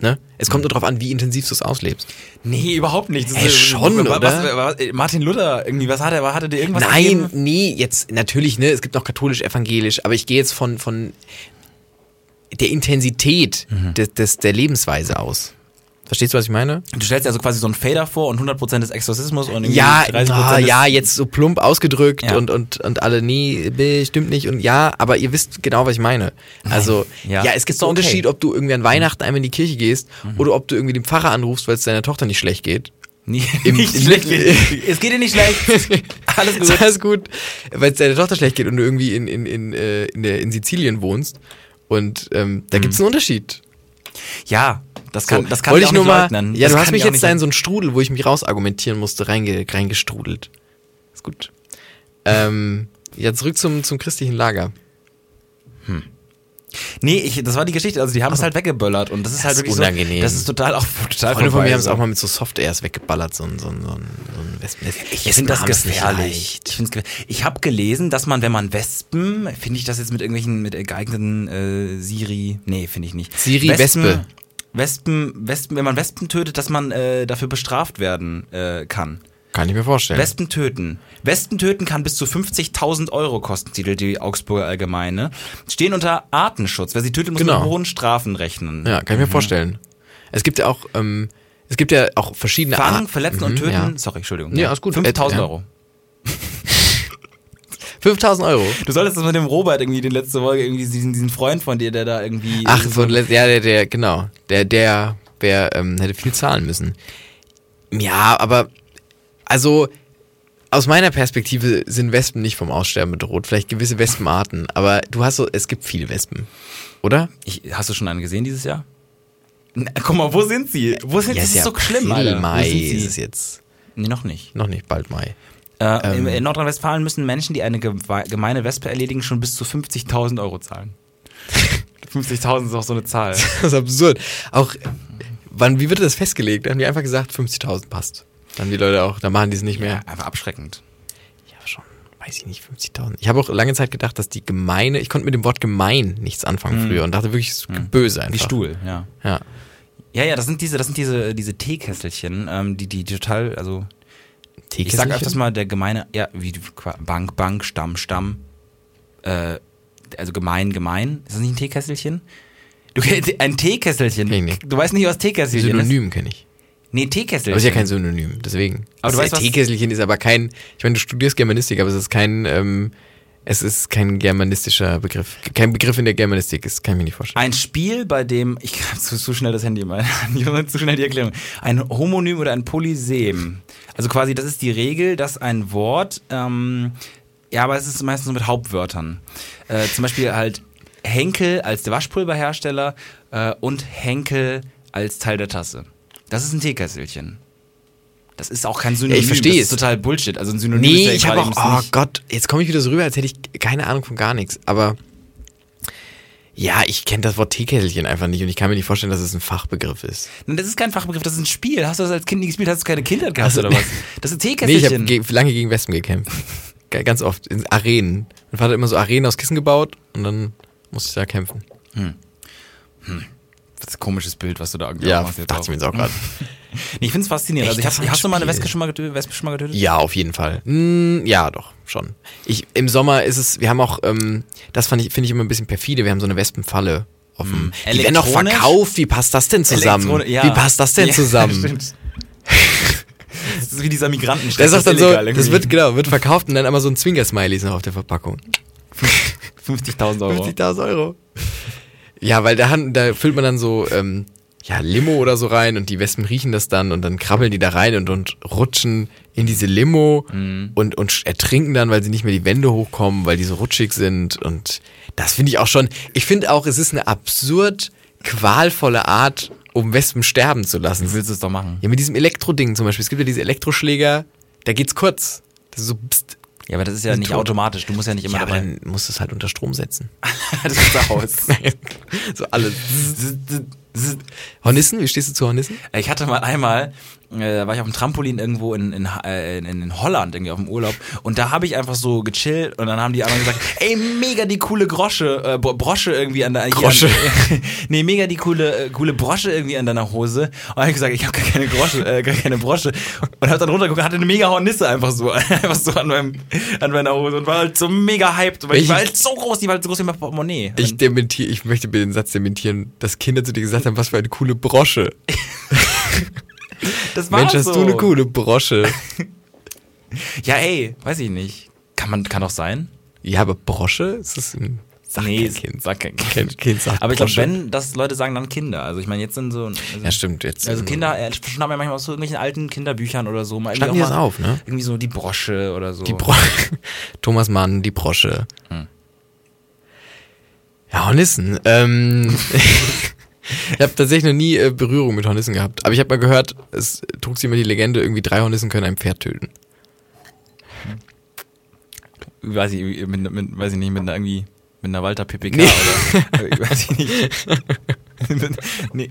Speaker 2: ne? Es
Speaker 3: Hm.
Speaker 2: kommt nur darauf an, wie intensiv du es auslebst.
Speaker 3: Nee, überhaupt nicht. Das
Speaker 2: Hä, schon,
Speaker 3: was,
Speaker 2: oder?
Speaker 3: Was, was, Martin Luther, irgendwie, was hat er, hatte der irgendwas
Speaker 2: Nein,
Speaker 3: gegeben?
Speaker 2: nee, jetzt natürlich, ne, es gibt noch katholisch, evangelisch, aber ich gehe jetzt von, von der Intensität
Speaker 3: Mhm.
Speaker 2: des, des, der Lebensweise aus. Verstehst du, was ich meine?
Speaker 3: Du stellst dir also quasi so einen Fader vor und 100% ist Exorzismus und irgendwie
Speaker 2: Ja,
Speaker 3: 30%
Speaker 2: ah,
Speaker 3: ist,
Speaker 2: ja, jetzt so plump ausgedrückt
Speaker 3: Ja.
Speaker 2: und, und, und alle, nee, bäh, stimmt nicht und ja, aber ihr wisst genau, was ich meine. Also,
Speaker 3: Ja.
Speaker 2: ja, es gibt
Speaker 3: Ist doch
Speaker 2: einen
Speaker 3: okay. Mhm.
Speaker 2: Unterschied, ob du irgendwie an Weihnachten einmal in die Kirche gehst oder ob du irgendwie den Pfarrer anrufst, weil es deiner Tochter nicht schlecht geht.
Speaker 3: Nicht,
Speaker 2: Im-
Speaker 3: nicht
Speaker 2: im-
Speaker 3: schlecht. es geht dir nicht schlecht. Alles gut.
Speaker 2: Alles gut, weil es deiner Tochter schlecht geht und du irgendwie in, in, in, äh, in, der, in Sizilien wohnst. Und ähm, da gibt's einen Unterschied.
Speaker 3: Ja, das Hm. kann, das kann
Speaker 2: wollte
Speaker 3: ich auch
Speaker 2: ich nur
Speaker 3: nicht
Speaker 2: mal.
Speaker 3: leugnen.
Speaker 2: Ja,
Speaker 3: das
Speaker 2: du hast
Speaker 3: kann
Speaker 2: mich
Speaker 3: ich auch
Speaker 2: jetzt
Speaker 3: nicht
Speaker 2: da in so einen Strudel, wo ich mich rausargumentieren musste, reinge, reingestrudelt. Ist gut. Ähm, ja, zurück zum, zum christlichen Lager.
Speaker 3: Nee, ich, das war die Geschichte. Also die haben es halt weggeböllert und das ist
Speaker 2: Das
Speaker 3: halt
Speaker 2: ist
Speaker 3: wirklich
Speaker 2: unangenehm.
Speaker 3: So, das ist total auch total
Speaker 2: Freunde von
Speaker 3: vorbei,
Speaker 2: mir haben es
Speaker 3: so.
Speaker 2: auch mal mit so Soft-Airs weggeballert, so ein, so ein, so ein, so ein Wespen.
Speaker 3: Ich finde
Speaker 2: Wespen
Speaker 3: das
Speaker 2: haben's nicht
Speaker 3: gefährlich.
Speaker 2: leicht.
Speaker 3: Ich, find's gefährlich. ich habe gelesen, dass man, wenn man Wespen, finde ich das jetzt mit irgendwelchen mit geeigneten äh, Siri, nee, finde ich nicht.
Speaker 2: Siri, Wespe.
Speaker 3: Wespen, Wespen, wenn man Wespen tötet, dass man äh, dafür bestraft werden äh, kann.
Speaker 2: Kann ich mir vorstellen.
Speaker 3: Wespen töten. Wespen töten kann bis zu 50.000 Euro kosten, titelt die Augsburger Allgemeine. Stehen unter Artenschutz. Wer sie tötet, muss
Speaker 2: Genau.
Speaker 3: mit hohen Strafen rechnen.
Speaker 2: Ja, kann ich mir vorstellen. Es gibt ja auch, ähm, es gibt ja auch verschiedene
Speaker 3: Fangen,
Speaker 2: Arten-
Speaker 3: verletzen und
Speaker 2: Mhm,
Speaker 3: töten.
Speaker 2: Ja.
Speaker 3: Sorry, Entschuldigung.
Speaker 2: Ja, ist gut. Äh,
Speaker 3: 5000
Speaker 2: Ja.
Speaker 3: Euro.
Speaker 2: 5000 Euro.
Speaker 3: Du solltest das mit dem Robert irgendwie, den letzte Folge, irgendwie diesen, diesen Freund von dir, der da irgendwie.
Speaker 2: Ach, so ein Let- ja, der, der, genau. Der, der, der ähm, hätte viel zahlen müssen. Ja, aber, also, aus meiner Perspektive sind Wespen nicht vom Aussterben bedroht. Vielleicht gewisse Wespenarten, aber du hast so, es gibt viele Wespen. Oder?
Speaker 3: Ich, hast du schon einen gesehen dieses Jahr? Na, guck mal, wo sind sie? Wo sind sie? Das ist so schlimm, Alter. Wo
Speaker 2: Mai
Speaker 3: sind
Speaker 2: ist es
Speaker 3: sie?
Speaker 2: jetzt.
Speaker 3: Nee, noch nicht.
Speaker 2: Noch nicht, bald Mai.
Speaker 3: Äh, in-
Speaker 2: Ähm.
Speaker 3: in Nordrhein-Westfalen müssen Menschen, die eine gewe- gemeine Wespe erledigen, schon bis zu 50.000 Euro zahlen. 50.000 ist auch so eine Zahl.
Speaker 2: Das ist absurd. Auch, wann, wie wird das festgelegt? Haben die einfach gesagt, 50.000 passt. Dann haben die Leute auch, dann machen die es nicht mehr.
Speaker 3: Einfach abschreckend.
Speaker 2: Ja, aber schon, weiß ich nicht, 50.000. Ich habe auch lange Zeit gedacht, dass die gemeine, ich konnte mit dem Wort gemein nichts anfangen früher und dachte wirklich, es ist böse einfach.
Speaker 3: Mhm. Wie Stuhl, ja.
Speaker 2: Ja.
Speaker 3: Ja, ja, das sind diese, das sind diese, diese Teekesselchen, ähm, die, die total, also ich sag öfters mal der gemeine, ja, wie die Qua- Bank, Bank, Stamm, Stamm, äh, also gemein, gemein. Ist das nicht ein Teekesselchen? Du kennst ein Teekesselchen.
Speaker 2: Nee, nee.
Speaker 3: Du weißt nicht, was Teekesselchen
Speaker 2: Synonym kenne ich.
Speaker 3: ist. Nee, Teekesselchen.
Speaker 2: Aber ist ja kein Synonym, deswegen.
Speaker 3: Aber
Speaker 2: das
Speaker 3: du weißt, was-
Speaker 2: Teekesselchen ist aber kein, ich meine, du studierst Germanistik, aber es ist kein, ähm, es ist kein germanistischer Begriff. Kein Begriff in der Germanistik, das kann ich mir nicht vorstellen.
Speaker 3: Ein Spiel, bei dem, ich habe zu, zu schnell das Handy mal, zu schnell die Erklärung. Ein Homonym oder ein Polysem. Also quasi, das ist die Regel, dass ein Wort, ähm, ja, aber es ist meistens nur mit Hauptwörtern. Äh, zum Beispiel halt Henkel als der Waschpulverhersteller äh, und Henkel als Teil der Tasse. Das ist ein Teekesselchen. Das ist auch kein Synonym.
Speaker 2: verstehe
Speaker 3: das
Speaker 2: es.
Speaker 3: ist total Bullshit. Also ein Synonym ist
Speaker 2: Nee,
Speaker 3: ja
Speaker 2: ich habe
Speaker 3: gerade
Speaker 2: auch,
Speaker 3: eben
Speaker 2: oh
Speaker 3: nicht-
Speaker 2: Gott, jetzt komme ich wieder so rüber, als hätte ich keine Ahnung von gar nichts. Aber ja, ich kenne das Wort Teekesselchen einfach nicht und ich kann mir nicht vorstellen, dass es ein Fachbegriff ist.
Speaker 3: Nein, Das ist kein Fachbegriff, das ist ein Spiel. Hast du das als Kind nie gespielt? Hast du keine Kindheit gehabt
Speaker 2: Also-
Speaker 3: oder was? Das ist ein
Speaker 2: Nee, ich
Speaker 3: Teekesselchen.
Speaker 2: habe ge lange gegen Wespen gekämpft. Ga- Ganz oft, in Arenen. Mein Vater hat immer so Arenen aus Kissen gebaut und dann musste ich da kämpfen.
Speaker 3: Das ist ein komisches Bild, was du da angefangen
Speaker 2: Ja,
Speaker 3: hast. jetzt
Speaker 2: dachte ich
Speaker 3: auch.
Speaker 2: mir jetzt auch gerade.
Speaker 3: Nee, ich finde es faszinierend.
Speaker 2: Echt,
Speaker 3: also ich
Speaker 2: das
Speaker 3: hab,
Speaker 2: war ein
Speaker 3: hast du mal eine
Speaker 2: Spiel.
Speaker 3: Wespe schon mal getötet? Wespe schon mal getötet?
Speaker 2: Ja, auf jeden Fall. Hm, ja, doch, schon. Ich, Im Sommer ist es, wir haben auch, ähm, das fand ich, finde ich immer ein bisschen perfide, wir haben so eine Wespenfalle offen. Die werden auch
Speaker 3: Hm. Elektronisch?
Speaker 2: verkauft, wie passt das denn zusammen?
Speaker 3: Elektrone- ja.
Speaker 2: Wie passt das denn
Speaker 3: Ja,
Speaker 2: zusammen?
Speaker 3: stimmt. das ist wie dieser Migranten.
Speaker 2: Das ist auch dann so, das wird, genau, wird verkauft und dann immer so ein Zwinger-Smiley ist noch auf der Verpackung.
Speaker 3: 50.000 Euro.
Speaker 2: 50.000 Euro. Ja, weil da, han- da füllt man dann so, ähm, ja, Limo oder so rein und die Wespen riechen das dann und dann krabbeln die da rein und, und rutschen in diese Limo
Speaker 3: Mhm.
Speaker 2: und, und sch- ertrinken dann, weil sie nicht mehr die Wände hochkommen, weil die so rutschig sind und das finde ich auch schon, ich finde auch, es ist eine absurd qualvolle Art, um Wespen sterben zu lassen.
Speaker 3: Du willst es doch machen.
Speaker 2: Ja, mit diesem Elektroding zum Beispiel, es gibt ja diese Elektroschläger, da geht's kurz. Das ist so, pst,
Speaker 3: Ja, aber das ist ja nicht
Speaker 2: tot.
Speaker 3: automatisch. Du musst ja nicht immer
Speaker 2: ja, aber
Speaker 3: dabei.
Speaker 2: dann musst du es halt unter Strom setzen.
Speaker 3: das ist der Haus.
Speaker 2: so alles. Hornissen? Wie stehst du zu Hornissen?
Speaker 3: Ich hatte mal einmal, äh, da war ich auf dem Trampolin irgendwo in, in, äh, in, in Holland, irgendwie auf dem Urlaub. Und da habe ich einfach so gechillt und dann haben die anderen gesagt, ey, mega die coole Grosche, äh, Bo- Brosche irgendwie an deiner
Speaker 2: Grosche.
Speaker 3: An, nee, mega die coole, äh, coole Brosche irgendwie an deiner Hose. Und dann habe ich gesagt, ich habe gar keine Grosche, äh, gar keine Brosche. Und habe dann runtergeguckt, hatte eine mega Hornisse einfach so, einfach so an, meinem, an meiner Hose und war halt so mega hyped. Weil ich
Speaker 2: Welchen-
Speaker 3: war halt so groß, die war halt so groß wie mein Portemonnaie.
Speaker 2: Ich dementiere, ich möchte bitte den Satz dementieren, dass Kinder zu dir gesagt haben, was für eine coole Brosche.
Speaker 3: das war
Speaker 2: Mensch, hast
Speaker 3: so.
Speaker 2: du eine coole Brosche.
Speaker 3: Ja, ey, weiß ich nicht. Kann man, kann doch sein.
Speaker 2: Ja, aber Brosche? Ist das ein sagt kein Kind?
Speaker 3: Sag kein Kind.
Speaker 2: Kein Kind sagt
Speaker 3: Aber ich glaube,
Speaker 2: Brosche.
Speaker 3: wenn das Leute sagen, dann Kinder. Also ich meine, jetzt sind so. Also,
Speaker 2: Ja, stimmt, jetzt- ähm,
Speaker 3: Also Kinder äh, schnappen ja manchmal aus so irgendwelchen alten Kinderbüchern oder so. Mal irgendwie
Speaker 2: Schnappen die
Speaker 3: auch
Speaker 2: das
Speaker 3: mal
Speaker 2: auf, ne?
Speaker 3: Irgendwie so die Brosche Hm. oder so.
Speaker 2: Die Bro Thomas Mann, die Brosche. Ja, Hornissen. Ähm, ich habe tatsächlich noch nie äh, Berührung mit Hornissen gehabt. Aber ich habe mal gehört, es trug sich immer die Legende, irgendwie drei Hornissen können ein Pferd töten.
Speaker 3: weiß ich, mit, mit, weiß ich nicht, mit einer irgendwie. mit mit einer Walter PPK oder äh, weiß ich nicht. nee.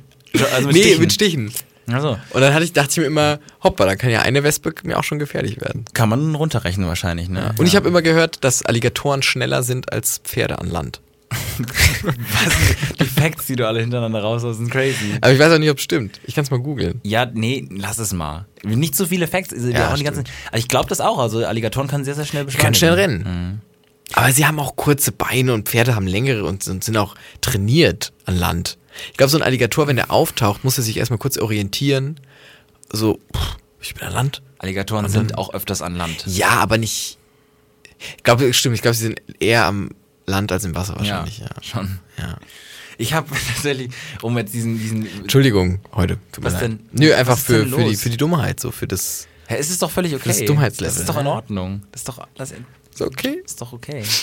Speaker 3: Also mit
Speaker 2: nee,
Speaker 3: Stichen.
Speaker 2: mit Stichen.
Speaker 3: also,
Speaker 2: Und dann hatte ich, dachte ich mir immer, hoppa, dann kann ja eine Wespe mir auch schon gefährlich werden.
Speaker 3: kann man runterrechnen wahrscheinlich, ne?
Speaker 2: Und ich habe immer gehört, dass Alligatoren schneller sind als Pferde an Land.
Speaker 3: die Facts, die du alle hintereinander raushaust, sind crazy.
Speaker 2: Aber ich weiß auch nicht, ob es stimmt. Ich kann es mal googeln.
Speaker 3: Ja, nee, lass es mal. Nicht so viele Facts. Also,
Speaker 2: Ja,
Speaker 3: auch die ganzen, also ich glaube das auch. Also Alligatoren kann sehr, sehr schnell beschleunigen.
Speaker 2: Kann schnell rennen. Mhm. Aber sie haben auch kurze Beine und Pferde haben längere und sind, sind auch trainiert an Land. Ich glaube, so ein Alligator, wenn der auftaucht, muss er sich erstmal kurz orientieren. So, pff, ich bin an Land.
Speaker 3: Alligatoren sind auch öfters an Land.
Speaker 2: Ja, aber nicht. Ich glaube, stimmt, ich glaube, sie sind eher am Land als im Wasser wahrscheinlich. Ja,
Speaker 3: schon.
Speaker 2: Ja.
Speaker 3: Ich habe tatsächlich, um jetzt diesen, diesen
Speaker 2: Entschuldigung, heute. Tut mir
Speaker 3: Was
Speaker 2: leid.
Speaker 3: denn?
Speaker 2: Nö,
Speaker 3: Was
Speaker 2: einfach
Speaker 3: ist
Speaker 2: für,
Speaker 3: denn
Speaker 2: für, die,
Speaker 3: los?
Speaker 2: für die Dummheit, so für das.
Speaker 3: Hä, es ist doch völlig okay.
Speaker 2: Das ist Dummheitslevel.
Speaker 3: Das ist doch in Ordnung. Das ist doch, das
Speaker 2: Ist okay.
Speaker 3: ist doch okay.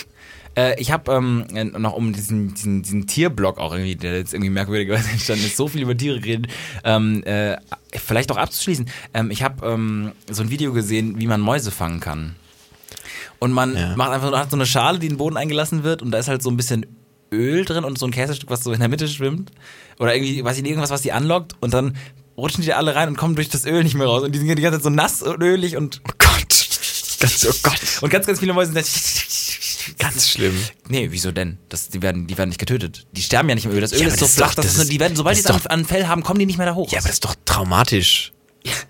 Speaker 3: Äh, ich habe ähm, äh, noch um diesen, diesen, diesen Tierblock auch irgendwie, der jetzt irgendwie merkwürdigerweise entstanden ist, so viel über Tiere geredet, ähm, äh, vielleicht auch abzuschließen. Ähm, ich habe ähm, so ein Video gesehen, wie man Mäuse fangen kann. Und man
Speaker 2: Ja.
Speaker 3: macht einfach hat so eine Schale, die in den Boden eingelassen wird und da ist halt so ein bisschen Öl drin und so ein Käsestück, was so in der Mitte schwimmt. Oder irgendwie, weiß ich nicht, irgendwas, was die anlockt und dann rutschen die da alle rein und kommen durch das Öl nicht mehr raus. Und die sind ja die ganze Zeit so nass und ölig und
Speaker 2: Oh Gott. Ganz, oh Gott.
Speaker 3: und ganz, ganz viele Mäuse sind da.
Speaker 2: Ganz schlimm.
Speaker 3: Nee, wieso denn? Das, die, werden, die werden nicht getötet. Die sterben ja nicht im Öl. Das Öl
Speaker 2: Ja, aber
Speaker 3: ist so
Speaker 2: das ist
Speaker 3: flach,
Speaker 2: doch-
Speaker 3: dass
Speaker 2: das
Speaker 3: es nur,
Speaker 2: ist-
Speaker 3: die werden, sobald
Speaker 2: das
Speaker 3: die
Speaker 2: ist
Speaker 3: es an, an Fell haben, kommen die nicht mehr da hoch.
Speaker 2: Ja, aber das ist doch traumatisch. Stell dir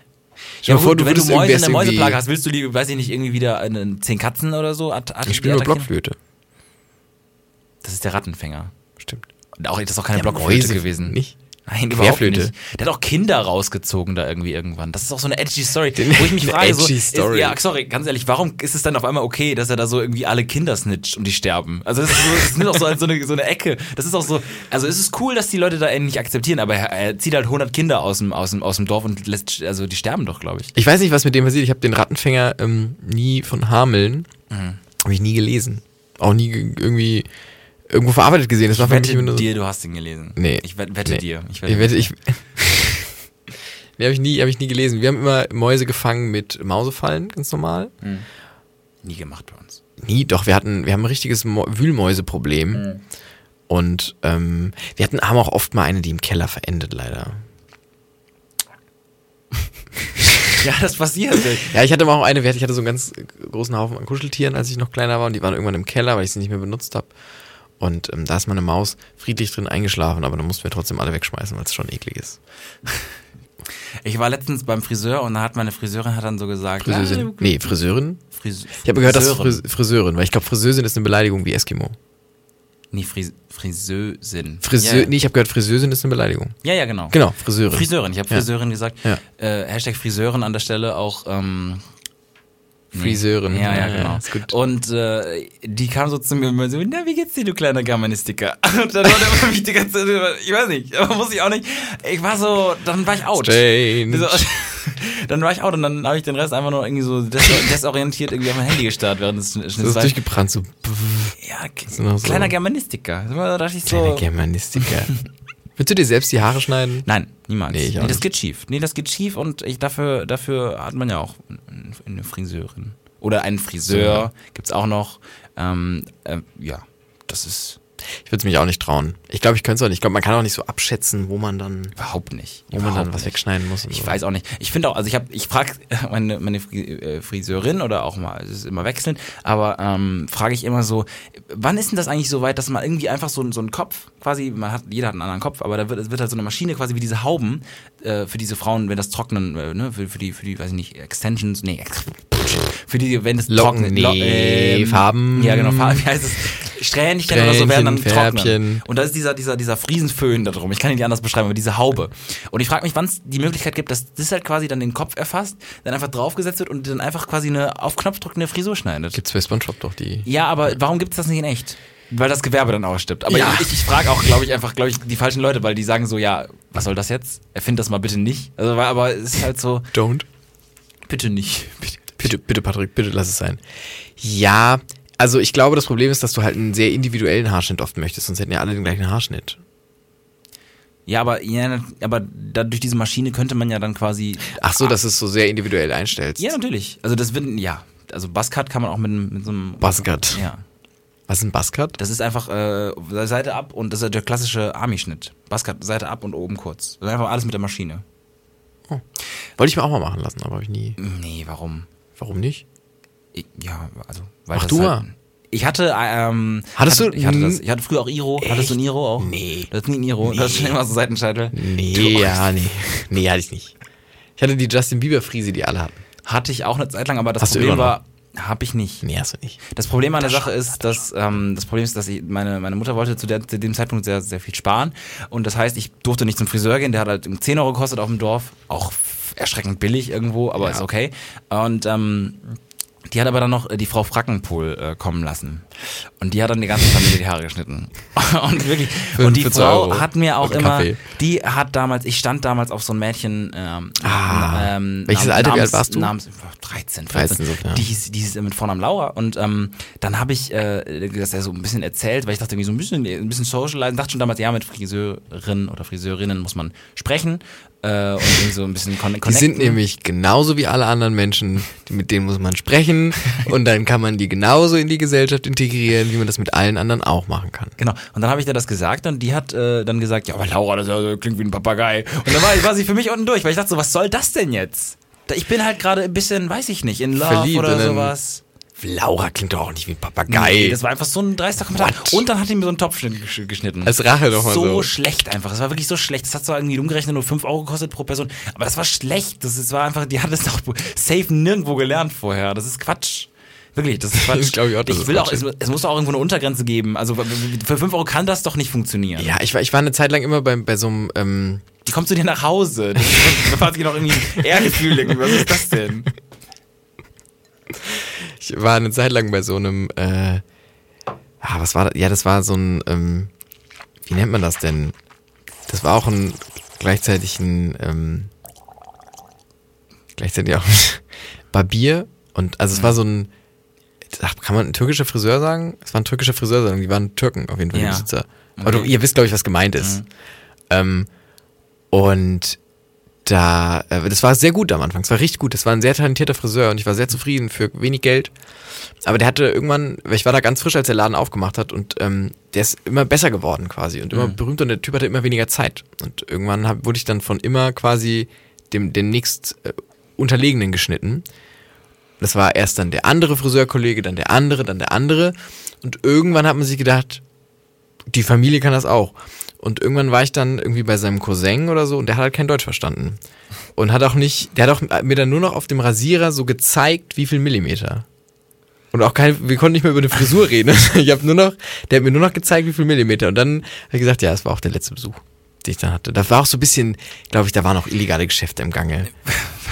Speaker 2: mal
Speaker 3: Ja, gut,
Speaker 2: vor, du
Speaker 3: wenn du
Speaker 2: würdest
Speaker 3: Mäuse in
Speaker 2: irgendwer
Speaker 3: der
Speaker 2: irgendwie-
Speaker 3: Mäuseplage hast, willst du die, weiß ich nicht, irgendwie wieder einen, zehn Katzen oder so? At, at,
Speaker 2: Ich spiele nur
Speaker 3: attackieren?
Speaker 2: Blockflöte.
Speaker 3: Das ist der Rattenfänger.
Speaker 2: Stimmt.
Speaker 3: Und auch, das ist auch keine
Speaker 2: Ja,
Speaker 3: Blockflöte
Speaker 2: Mäuse
Speaker 3: gewesen.
Speaker 2: nicht?
Speaker 3: Nein, überhaupt
Speaker 2: Querflöte.
Speaker 3: nicht. Der hat auch Kinder rausgezogen da irgendwie irgendwann. Das ist auch so eine edgy Story,
Speaker 2: Den-
Speaker 3: wo ich mich
Speaker 2: eine
Speaker 3: frage, so,
Speaker 2: edgy
Speaker 3: ist,
Speaker 2: Story.
Speaker 3: ja, sorry, ganz ehrlich, warum ist es dann auf einmal okay, dass er da so irgendwie alle Kinder snitcht und die sterben? Also das ist, so, das nimmt auch so, so, eine, so eine Ecke. Das ist auch so, also es ist cool, dass die Leute da ihn nicht akzeptieren, aber er, er zieht halt 100 Kinder aus dem, aus dem, aus dem Dorf und lässt, also die sterben doch, glaube ich.
Speaker 2: Ich weiß nicht, was mit dem passiert. Ich habe den Rattenfänger ähm, nie von Hameln,
Speaker 3: Mhm.
Speaker 2: habe ich nie gelesen. Auch nie ge- irgendwie irgendwo verarbeitet gesehen. Das war
Speaker 3: Ich
Speaker 2: für mich
Speaker 3: wette
Speaker 2: immer nur so.
Speaker 3: dir, du hast ihn gelesen.
Speaker 2: Nee.
Speaker 3: Ich wette, wette
Speaker 2: Nee.
Speaker 3: dir. Ich wette,
Speaker 2: Ich wette, ich. nee, habe ich, nie- hab ich nie gelesen. Wir haben immer Mäuse gefangen mit Mausefallen, ganz normal.
Speaker 3: nie gemacht bei uns.
Speaker 2: Nie, doch, wir hatten, wir haben ein richtiges Mo- Wühlmäuseproblem.
Speaker 3: Mhm.
Speaker 2: Und ähm, wir hatten haben auch oft mal eine, die im Keller verendet, leider.
Speaker 3: Ja, das passiert.
Speaker 2: Ja, ich hatte mal auch eine, ich hatte so einen ganz großen Haufen an Kuscheltieren, als ich noch kleiner war und die waren irgendwann im Keller, weil ich sie nicht mehr benutzt habe. Und ähm, da ist meine Maus friedlich drin eingeschlafen, aber dann mussten wir trotzdem alle wegschmeißen, weil es schon eklig ist.
Speaker 3: Ich war letztens beim Friseur und da hat meine Friseurin hat dann so gesagt,
Speaker 2: Friseurin.
Speaker 3: "Ah,
Speaker 2: Nee, Friseurin?
Speaker 3: Fris
Speaker 2: Ich habe gehört, dass
Speaker 3: Friseurin.
Speaker 2: Fris Friseurin, weil ich glaube, Friseusin ist eine Beleidigung wie Eskimo.
Speaker 3: Nee, Fris Friseusin.
Speaker 2: Friseur,
Speaker 3: Ja, ja.
Speaker 2: nee, ich habe gehört, Friseusin ist eine Beleidigung.
Speaker 3: ja, ja, genau.
Speaker 2: Genau, Friseurin.
Speaker 3: Friseurin, ich habe
Speaker 2: Ja.
Speaker 3: Friseurin gesagt.
Speaker 2: Ja.
Speaker 3: Äh, Hashtag Friseurin an der Stelle auch. Ähm,
Speaker 2: Friseurin.
Speaker 3: ja, ja, genau.
Speaker 2: Ist gut.
Speaker 3: Und äh, die kam so zu mir und meinte so, na, wie geht's dir, du kleiner Germanistiker? Und dann war der für mich die ganze Zeit, ich weiß nicht, aber muss ich auch nicht. Ich war so, dann war ich out.
Speaker 2: Strange.
Speaker 3: So, dann war ich out und dann habe ich den Rest einfach nur irgendwie so des desorientiert irgendwie auf mein Handy gestarrt während des Schn-
Speaker 2: Das
Speaker 3: Schnitts.
Speaker 2: ist durchgebrannt, so
Speaker 3: Ja,
Speaker 2: noch so-
Speaker 3: kleiner Germanistiker. Da dachte ich so,
Speaker 2: kleiner Germanistiker. Willst du dir selbst die Haare schneiden?
Speaker 3: Nein, niemals.
Speaker 2: Nee,
Speaker 3: Nee,
Speaker 2: ich auch
Speaker 3: das
Speaker 2: nicht.
Speaker 3: geht schief. Nee, das geht schief und ich, dafür, dafür hat man ja auch eine Friseurin. Oder einen Friseur gibt's auch noch. Ähm, äh, ja, das ist
Speaker 2: Ich würde es mich auch nicht trauen. Ich glaube, ich könnte es auch nicht. Ich glaube, man kann auch nicht so abschätzen, wo man dann
Speaker 3: überhaupt nicht.
Speaker 2: wo man dann
Speaker 3: Überhaupt
Speaker 2: was
Speaker 3: nicht.
Speaker 2: wegschneiden muss. und
Speaker 3: Ich
Speaker 2: so.
Speaker 3: weiß auch nicht. Ich finde auch, also ich habe, ich frage meine, meine Fri- äh, Friseurin oder auch mal, es ist immer wechselnd, aber ähm, frage ich immer so, wann ist denn das eigentlich so weit, dass man irgendwie einfach so, so einen Kopf, quasi, man hat, jeder hat einen anderen Kopf, aber da wird, es wird halt so eine Maschine quasi wie diese Hauben äh, für diese Frauen, wenn das trocknen, äh, ne, für, für die, für die, weiß ich nicht, Extensions, nee, ex- für die, wenn das
Speaker 2: Locken,
Speaker 3: trocknet,
Speaker 2: nee, Farben.
Speaker 3: Ja, genau, Farben, wie heißt es? Strähnchen oder so werden dann
Speaker 2: Strähnchen, Färbchen.
Speaker 3: trocknen. Und da ist dieser, dieser, dieser Friesenföhn da drum. Ich kann ihn nicht anders beschreiben, aber diese Haube. Und ich frage mich, wann es die Möglichkeit gibt, dass das halt quasi dann den Kopf erfasst, dann einfach draufgesetzt wird und dann einfach quasi eine auf Knopfdruck eine Frisur schneidet.
Speaker 2: Gibt's bei Spongebob doch die.
Speaker 3: Ja, aber warum gibt es das nicht in echt? Weil das Gewerbe dann ausstirbt. Aber
Speaker 2: Ja.
Speaker 3: ich, ich frage auch, glaube ich, einfach, glaube ich, die falschen Leute, weil die sagen so, ja, was soll das jetzt? Erfind das mal bitte nicht. Also, aber es ist halt so,
Speaker 2: Don't.
Speaker 3: bitte nicht. Bitte.
Speaker 2: Bitte, bitte, Patrick, bitte lass es sein. Ja, also ich glaube, das Problem ist, dass du halt einen sehr individuellen Haarschnitt oft möchtest, sonst hätten ja alle den gleichen Haarschnitt.
Speaker 3: Ja, aber, ja, aber da, durch diese Maschine könnte man ja dann quasi
Speaker 2: Ach so, dass du es so sehr individuell einstellst.
Speaker 3: Ja, natürlich. Also das wird, ja. Also Buzzcut kann man auch mit, einem- mit so einem...
Speaker 2: Buzzcut.
Speaker 3: Ja.
Speaker 2: Was ist ein Buzzcut?
Speaker 3: Das ist einfach äh, Seite ab und das ist der klassische Army-Schnitt. Buzzcut, Seite ab und oben kurz. Das ist einfach alles mit der Maschine.
Speaker 2: Wollte ich mir auch mal machen lassen, aber habe ich nie.
Speaker 3: Nee, warum?
Speaker 2: Warum nicht?
Speaker 3: Ich, ja, also, weil
Speaker 2: Mach
Speaker 3: das
Speaker 2: du
Speaker 3: halt,
Speaker 2: mal.
Speaker 3: Ich hatte, ähm,
Speaker 2: Hattest
Speaker 3: hatte,
Speaker 2: du-
Speaker 3: Ich hatte, das,
Speaker 2: Hm.
Speaker 3: ich hatte früher auch Iro. Hattest du ein Iro auch?
Speaker 2: Nee.
Speaker 3: Das ist nie ein Iro. Das ist schon immer so ein Seitenscheitel.
Speaker 2: Nee, ja, nee. Nee, hatte ich nicht. Ich hatte die Justin Bieber-Friese, die alle hatten.
Speaker 3: Hatte ich auch eine Zeit lang, aber das
Speaker 2: Hast du
Speaker 3: Problem
Speaker 2: immer
Speaker 3: war,
Speaker 2: noch?
Speaker 3: habe ich nicht.
Speaker 2: Nee, hast du nicht.
Speaker 3: Das Problem an der Sache ist, dass ähm, das Problem ist, dass ich, meine, meine Mutter wollte zu, der, zu dem Zeitpunkt sehr, sehr viel sparen. Und das heißt, ich durfte nicht zum Friseur gehen, der hat halt 10 Euro gekostet auf dem Dorf. Auch f- erschreckend billig irgendwo, aber ist okay. Und ähm, die hat aber dann noch äh, die Frau Frackenpool äh, kommen lassen. Und die hat dann die ganze Familie die Haare geschnitten. Und wirklich.
Speaker 2: Für-
Speaker 3: und die
Speaker 2: für zwei
Speaker 3: Frau
Speaker 2: Euro.
Speaker 3: hat mir auch
Speaker 2: Und einen
Speaker 3: immer,
Speaker 2: Kaffee.
Speaker 3: die hat damals, ich stand damals auf so ein Mädchen. Ähm,
Speaker 2: Ah. Welches
Speaker 3: nam-
Speaker 2: Alter, wie alt
Speaker 3: namens-
Speaker 2: warst du?
Speaker 3: Namens, 13, 14.
Speaker 2: 13 so, ja.
Speaker 3: Die hieß, die hieß mit Vornamen Laura und ähm, dann habe ich äh, das ja so ein bisschen erzählt, weil ich dachte irgendwie so ein bisschen, ein bisschen socializen, dachte schon damals, ja, mit Friseurin oder Friseurinnen muss man sprechen äh, und irgendwie so ein bisschen con
Speaker 2: Die sind
Speaker 3: connecten.
Speaker 2: nämlich genauso wie alle anderen Menschen, die- mit denen muss man sprechen und dann kann man die genauso in die Gesellschaft integrieren, wie man das mit allen anderen auch machen kann.
Speaker 3: Genau. Und dann habe ich dir das gesagt und die hat äh, dann gesagt, ja, aber Laura, das äh, klingt wie ein Papagei. Und dann war, war sie für mich unten durch, weil ich dachte so, was soll das denn jetzt? Da- Ich bin halt gerade ein bisschen, weiß ich nicht, in Love
Speaker 2: Verliebt
Speaker 3: oder
Speaker 2: in einen
Speaker 3: sowas.
Speaker 2: Laura klingt doch auch nicht wie ein Papagei.
Speaker 3: Das war einfach so ein dreister Kommentar.
Speaker 2: What?
Speaker 3: Und dann hat die mir so einen Topfschnitt gesch- geschnitten.
Speaker 2: Als Rache doch mal so.
Speaker 3: schlecht einfach. Es war wirklich so schlecht. Es hat zwar irgendwie umgerechnet nur 5 Euro gekostet pro Person, aber das war schlecht. Das, ist- war einfach, die hat es doch safe nirgendwo gelernt vorher. Das ist Quatsch. Wirklich, das ist Quatsch.
Speaker 2: Das glaub ich auch, dass es
Speaker 3: will auch,
Speaker 2: Quatsch
Speaker 3: es,
Speaker 2: ist.
Speaker 3: es muss doch auch irgendwo eine Untergrenze geben. Also für 5 Euro kann das doch nicht funktionieren.
Speaker 2: ja, ich war, ich war eine Zeit lang immer bei, bei so einem, ähm,
Speaker 3: Die kommt zu dir nach Hause. Da hat sie noch irgendwie ein Ehrgefühl. irgendwie. Was ist das denn?
Speaker 2: ich war eine Zeit lang bei so einem, äh, ah, was war das? Ja, das war so ein, ähm, wie nennt man das denn? Das war auch ein gleichzeitig ein, ähm, gleichzeitig auch ein Barbier und also es war so ein, ach, kann man ein türkischer Friseur sagen? Es war ein türkischer Friseur, sondern die waren Türken auf jeden Fall,
Speaker 3: Ja.
Speaker 2: die Besitzer. Aber du, ihr wisst, glaube ich, was gemeint ist. Ähm, und da, äh, das war sehr gut am Anfang. Es war richtig gut. Das war ein sehr talentierter Friseur und ich war sehr zufrieden für wenig Geld. Aber der hatte irgendwann, weil ich war da ganz frisch, als der Laden aufgemacht hat und ähm, der ist immer besser geworden quasi und immer berühmter und der Typ hatte immer weniger Zeit. Und irgendwann hab, wurde ich dann von immer quasi dem, dem nächst äh, Unterlegenen geschnitten. Das war erst dann der andere Friseurkollege, dann der andere, dann der andere. Und irgendwann hat man sich gedacht, die Familie kann das auch. Und irgendwann war ich dann irgendwie bei seinem Cousin oder so und der hat halt kein Deutsch verstanden. Und hat auch nicht, der hat auch mir dann nur noch auf dem Rasierer so gezeigt, wie viel Millimeter. Und auch kein, wir konnten nicht mehr über eine Frisur reden. Ich habe nur noch, der hat mir nur noch gezeigt, wie viel Millimeter. Und dann habe ich gesagt, ja, das war auch der letzte Besuch, den ich dann hatte. Da war auch so ein bisschen, glaube ich, da waren auch illegale Geschäfte im Gange.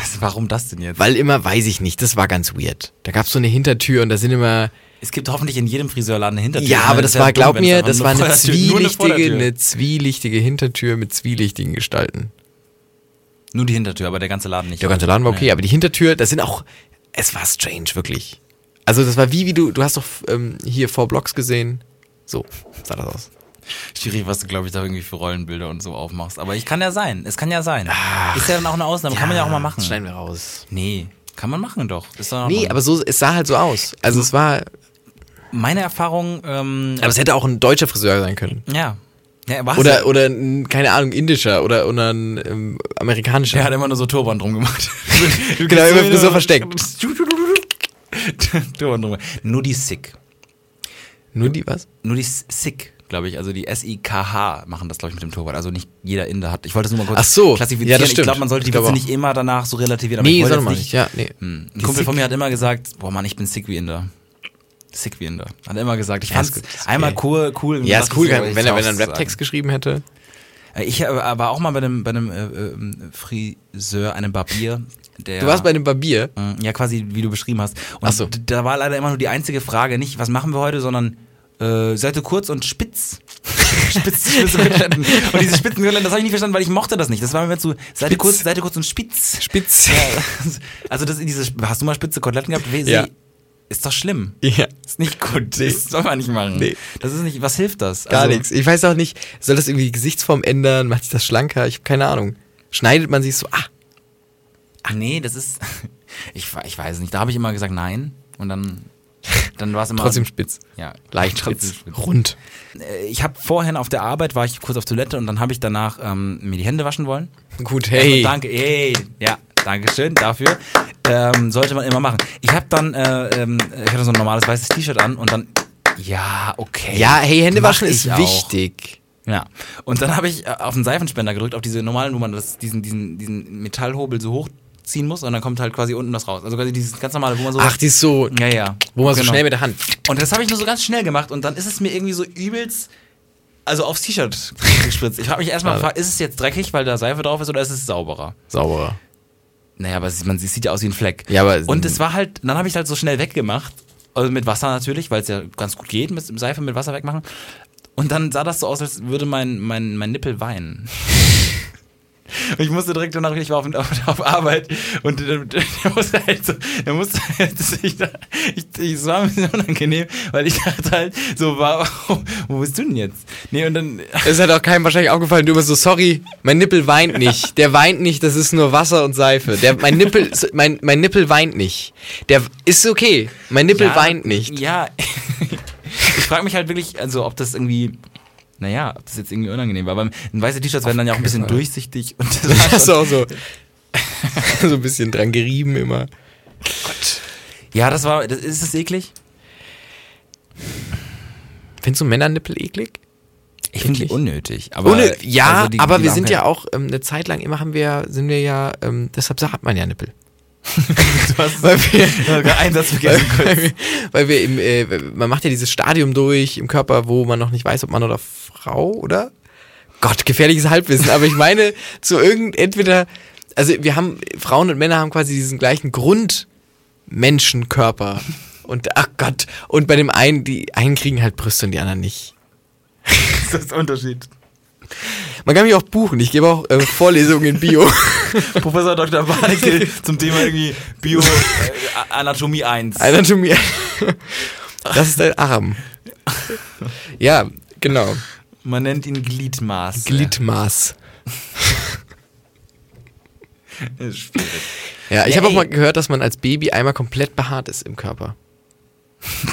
Speaker 3: Was, warum das denn jetzt?
Speaker 2: Weil immer, weiß ich nicht, das war ganz weird. Da gab es so eine Hintertür und da sind immer,
Speaker 3: Es gibt hoffentlich in jedem Friseurladen eine Hintertür.
Speaker 2: ja, aber das
Speaker 3: Ist ja
Speaker 2: war,
Speaker 3: ne, dumm,
Speaker 2: glaub
Speaker 3: wenn es
Speaker 2: mir,
Speaker 3: einfach
Speaker 2: das
Speaker 3: nur
Speaker 2: war eine
Speaker 3: eine Vordertür- nur eine
Speaker 2: zwielichtige,
Speaker 3: Vordertür.
Speaker 2: eine zwielichtige Hintertür mit zwielichtigen Gestalten.
Speaker 3: Nur die Hintertür, aber der ganze Laden nicht.
Speaker 2: Der ganze Laden war okay, aber die Hintertür, das sind auch, es war strange, wirklich. Also das war wie, wie du, du hast doch ähm, hier Four Blocks gesehen. So sah das aus.
Speaker 3: Schwierig, was du, glaube ich, da irgendwie für Rollenbilder und so aufmachst. Aber ich kann ja sein. Es kann ja sein. ist ja dann auch eine Ausnahme. kann man ja auch mal machen.
Speaker 2: das Schneiden wir raus.
Speaker 3: Nee, kann man machen doch. Ist
Speaker 2: Hm.
Speaker 3: doch
Speaker 2: Nee, aber so, es sah halt so aus. Also es war,
Speaker 3: meine Erfahrung, ähm,
Speaker 2: aber es hätte auch ein deutscher Friseur sein können.
Speaker 3: ja. ja was?
Speaker 2: Oder, oder ein, keine Ahnung, indischer oder, oder ein ähm, amerikanischer.
Speaker 3: der hat immer nur so Turban drum gemacht. Du
Speaker 2: Genau,
Speaker 3: gehst
Speaker 2: immer
Speaker 3: so
Speaker 2: Friseur
Speaker 3: hin-
Speaker 2: versteckt.
Speaker 3: Turban drum. Nur die Sick.
Speaker 2: Nur die was?
Speaker 3: Nur die Sick, glaube ich. Also die S-I-K-H machen das, glaube ich, mit dem Turban. Also nicht jeder Inder hat. Ich wollte es nur mal kurz
Speaker 2: Ach so.
Speaker 3: klassifizieren.
Speaker 2: Ja, das
Speaker 3: ich
Speaker 2: stimmt.
Speaker 3: glaube, man sollte die
Speaker 2: Ich glaub
Speaker 3: Witze
Speaker 2: auch.
Speaker 3: nicht immer danach so relativieren. Aber ich
Speaker 2: Nee,
Speaker 3: wollte
Speaker 2: sollte
Speaker 3: jetzt
Speaker 2: man nicht. Ja, nee.
Speaker 3: Hm. Ein
Speaker 2: Die
Speaker 3: Kumpel von
Speaker 2: Sick-
Speaker 3: mir hat immer gesagt, boah Mann, ich bin sick wie Inder. Sick wie Inder. Hat er immer gesagt. Ich
Speaker 2: Ja,
Speaker 3: fand's
Speaker 2: ist gut, ist
Speaker 3: einmal
Speaker 2: okay.
Speaker 3: cool, cool.
Speaker 2: Ja,
Speaker 3: Das
Speaker 2: ist cool,
Speaker 3: so,
Speaker 2: wenn,
Speaker 3: ich
Speaker 2: wenn er, wenn er einen
Speaker 3: darf's
Speaker 2: Raptext geschrieben hätte.
Speaker 3: sagen. Ich äh, war auch mal bei einem, bei einem äh, ähm, Friseur, einem Barbier, der...
Speaker 2: Du warst bei einem Barbier.
Speaker 3: Mm, Ja, quasi, wie du beschrieben hast. Und
Speaker 2: Ach so.
Speaker 3: d- da war leider immer nur die einzige Frage, nicht, was machen wir heute, sondern äh, seid ihr kurz und spitz? spitz, spitz und diese spitzen das habe ich nicht verstanden, weil ich mochte das nicht. Das war mir zu, seid ihr
Speaker 2: Spitz.
Speaker 3: kurz, seid ihr kurz und spitz.
Speaker 2: Spitz.
Speaker 3: Ja, also das, diese, hast du mal spitze Koteletten gehabt? Weh,
Speaker 2: Ja.
Speaker 3: sie- Ist doch schlimm.
Speaker 2: Ja.
Speaker 3: Ist nicht gut.
Speaker 2: Nee.
Speaker 3: Das soll man nicht machen.
Speaker 2: Nee.
Speaker 3: Das ist nicht, was hilft das?
Speaker 2: Gar
Speaker 3: Also,
Speaker 2: nichts. Ich weiß auch nicht, soll das irgendwie die Gesichtsform ändern? Macht sich das schlanker? Ich habe keine Ahnung. Schneidet man sich so, ah,
Speaker 3: Ach nee, das ist, ich, we- ich weiß nicht. Da habe ich immer gesagt nein und dann, Dann war es immer.
Speaker 2: Trotzdem spitz.
Speaker 3: Ja,
Speaker 2: Leicht
Speaker 3: trotzdem
Speaker 2: spitz. Rund.
Speaker 3: Äh, Ich habe vorhin auf der Arbeit, war ich kurz auf Toilette und dann habe ich danach ähm, mir die Hände waschen wollen.
Speaker 2: Gut, hey.
Speaker 3: Also danke, hey. Ja, danke schön dafür. Ähm, sollte man immer machen. Ich habe dann, äh, ähm, ich hatte so ein normales weißes T-Shirt an und dann, ja, okay.
Speaker 2: Ja, hey, Hände
Speaker 3: Mach
Speaker 2: waschen ist
Speaker 3: ich auch.
Speaker 2: wichtig.
Speaker 3: Ja. Und dann habe ich äh, auf den Seifenspender gedrückt, auf diese normalen, wo man das, diesen, diesen, diesen Metallhobel so hochziehen muss und dann kommt halt quasi unten das raus. Also quasi dieses ganz normale, wo man so.
Speaker 2: Ach, die ist so,
Speaker 3: ja, ja.
Speaker 2: wo man so
Speaker 3: Genau.
Speaker 2: schnell mit der Hand.
Speaker 3: Und das habe ich nur so ganz schnell gemacht und dann ist es mir irgendwie so übelst, also aufs T-Shirt gespritzt. Ich habe mich erstmal
Speaker 2: Schade.
Speaker 3: gefragt, ist es jetzt dreckig, weil da Seife drauf ist oder ist es sauberer?
Speaker 2: Sauberer.
Speaker 3: Naja, aber es- man es sieht ja aus wie ein Fleck.
Speaker 2: Ja, aber-
Speaker 3: und es war halt, dann habe ich halt so schnell weggemacht. Also mit Wasser natürlich, weil es ja ganz gut geht, mit Seife mit Wasser wegmachen. Und dann sah das so aus, als würde mein, mein, mein Nippel weinen. Und Ich musste direkt danach, ich war auf, auf, auf Arbeit und der, der musste halt so, der musste halt, ich, ich, ich, es war ein bisschen unangenehm, weil ich dachte halt so, war, wo bist du denn jetzt? Nee, und dann,
Speaker 2: Es hat auch keinem wahrscheinlich aufgefallen, du bist so, sorry, mein Nippel weint nicht. Der weint nicht, das ist nur Wasser und Seife. Der, mein, Nippel, mein, mein Nippel weint nicht. Der ist okay. Mein Nippel
Speaker 3: Ja,
Speaker 2: weint nicht.
Speaker 3: Ja. ich frage mich halt wirklich, also ob das irgendwie. Naja, ob das jetzt irgendwie unangenehm war. Aber weiße T-Shirts werden dann ja auch ein bisschen durchsichtig und das war
Speaker 2: Das ist
Speaker 3: schon-
Speaker 2: auch so. so ein bisschen dran gerieben immer.
Speaker 3: Ja, das war. Das, ist es eklig?
Speaker 2: Findest du Männernippel eklig?
Speaker 3: Ich finde die
Speaker 2: Eklig.
Speaker 3: unnötig. Aber,
Speaker 2: Ohne, ja,
Speaker 3: also die-
Speaker 2: aber
Speaker 3: die
Speaker 2: wir
Speaker 3: machen
Speaker 2: sind
Speaker 3: keinen-
Speaker 2: ja auch ähm, eine Zeit lang immer haben wir sind wir ja ähm, deshalb hat man ja Nippel,
Speaker 3: Du hast
Speaker 2: weil wir,
Speaker 3: sogar einen Satz
Speaker 2: weil,
Speaker 3: vergessen.
Speaker 2: weil wir, weil wir im, äh, man macht ja dieses Stadium durch im Körper, wo man noch nicht weiß, ob Mann oder Frau, oder? Gott, gefährliches Halbwissen, aber ich meine zu irgend entweder also wir haben Frauen und Männer haben quasi diesen gleichen Grund Menschenkörper und ach Gott und bei dem einen die einen kriegen halt Brüste und die anderen nicht.
Speaker 3: Das ist der Unterschied.
Speaker 2: Man kann mich auch buchen. Ich gebe auch äh, Vorlesungen in Bio.
Speaker 3: Professor Dr. Barnickel zum Thema irgendwie Bio äh, Anatomie 1.
Speaker 2: Anatomie. Das ist dein Arm. Ja, genau.
Speaker 3: Man nennt ihn Gliedmaß.
Speaker 2: Gliedmaß.
Speaker 3: Ist schwierig.
Speaker 2: Ja, ich
Speaker 3: Ja,
Speaker 2: habe auch
Speaker 3: ey.
Speaker 2: mal gehört, dass man als Baby einmal komplett behaart ist im Körper.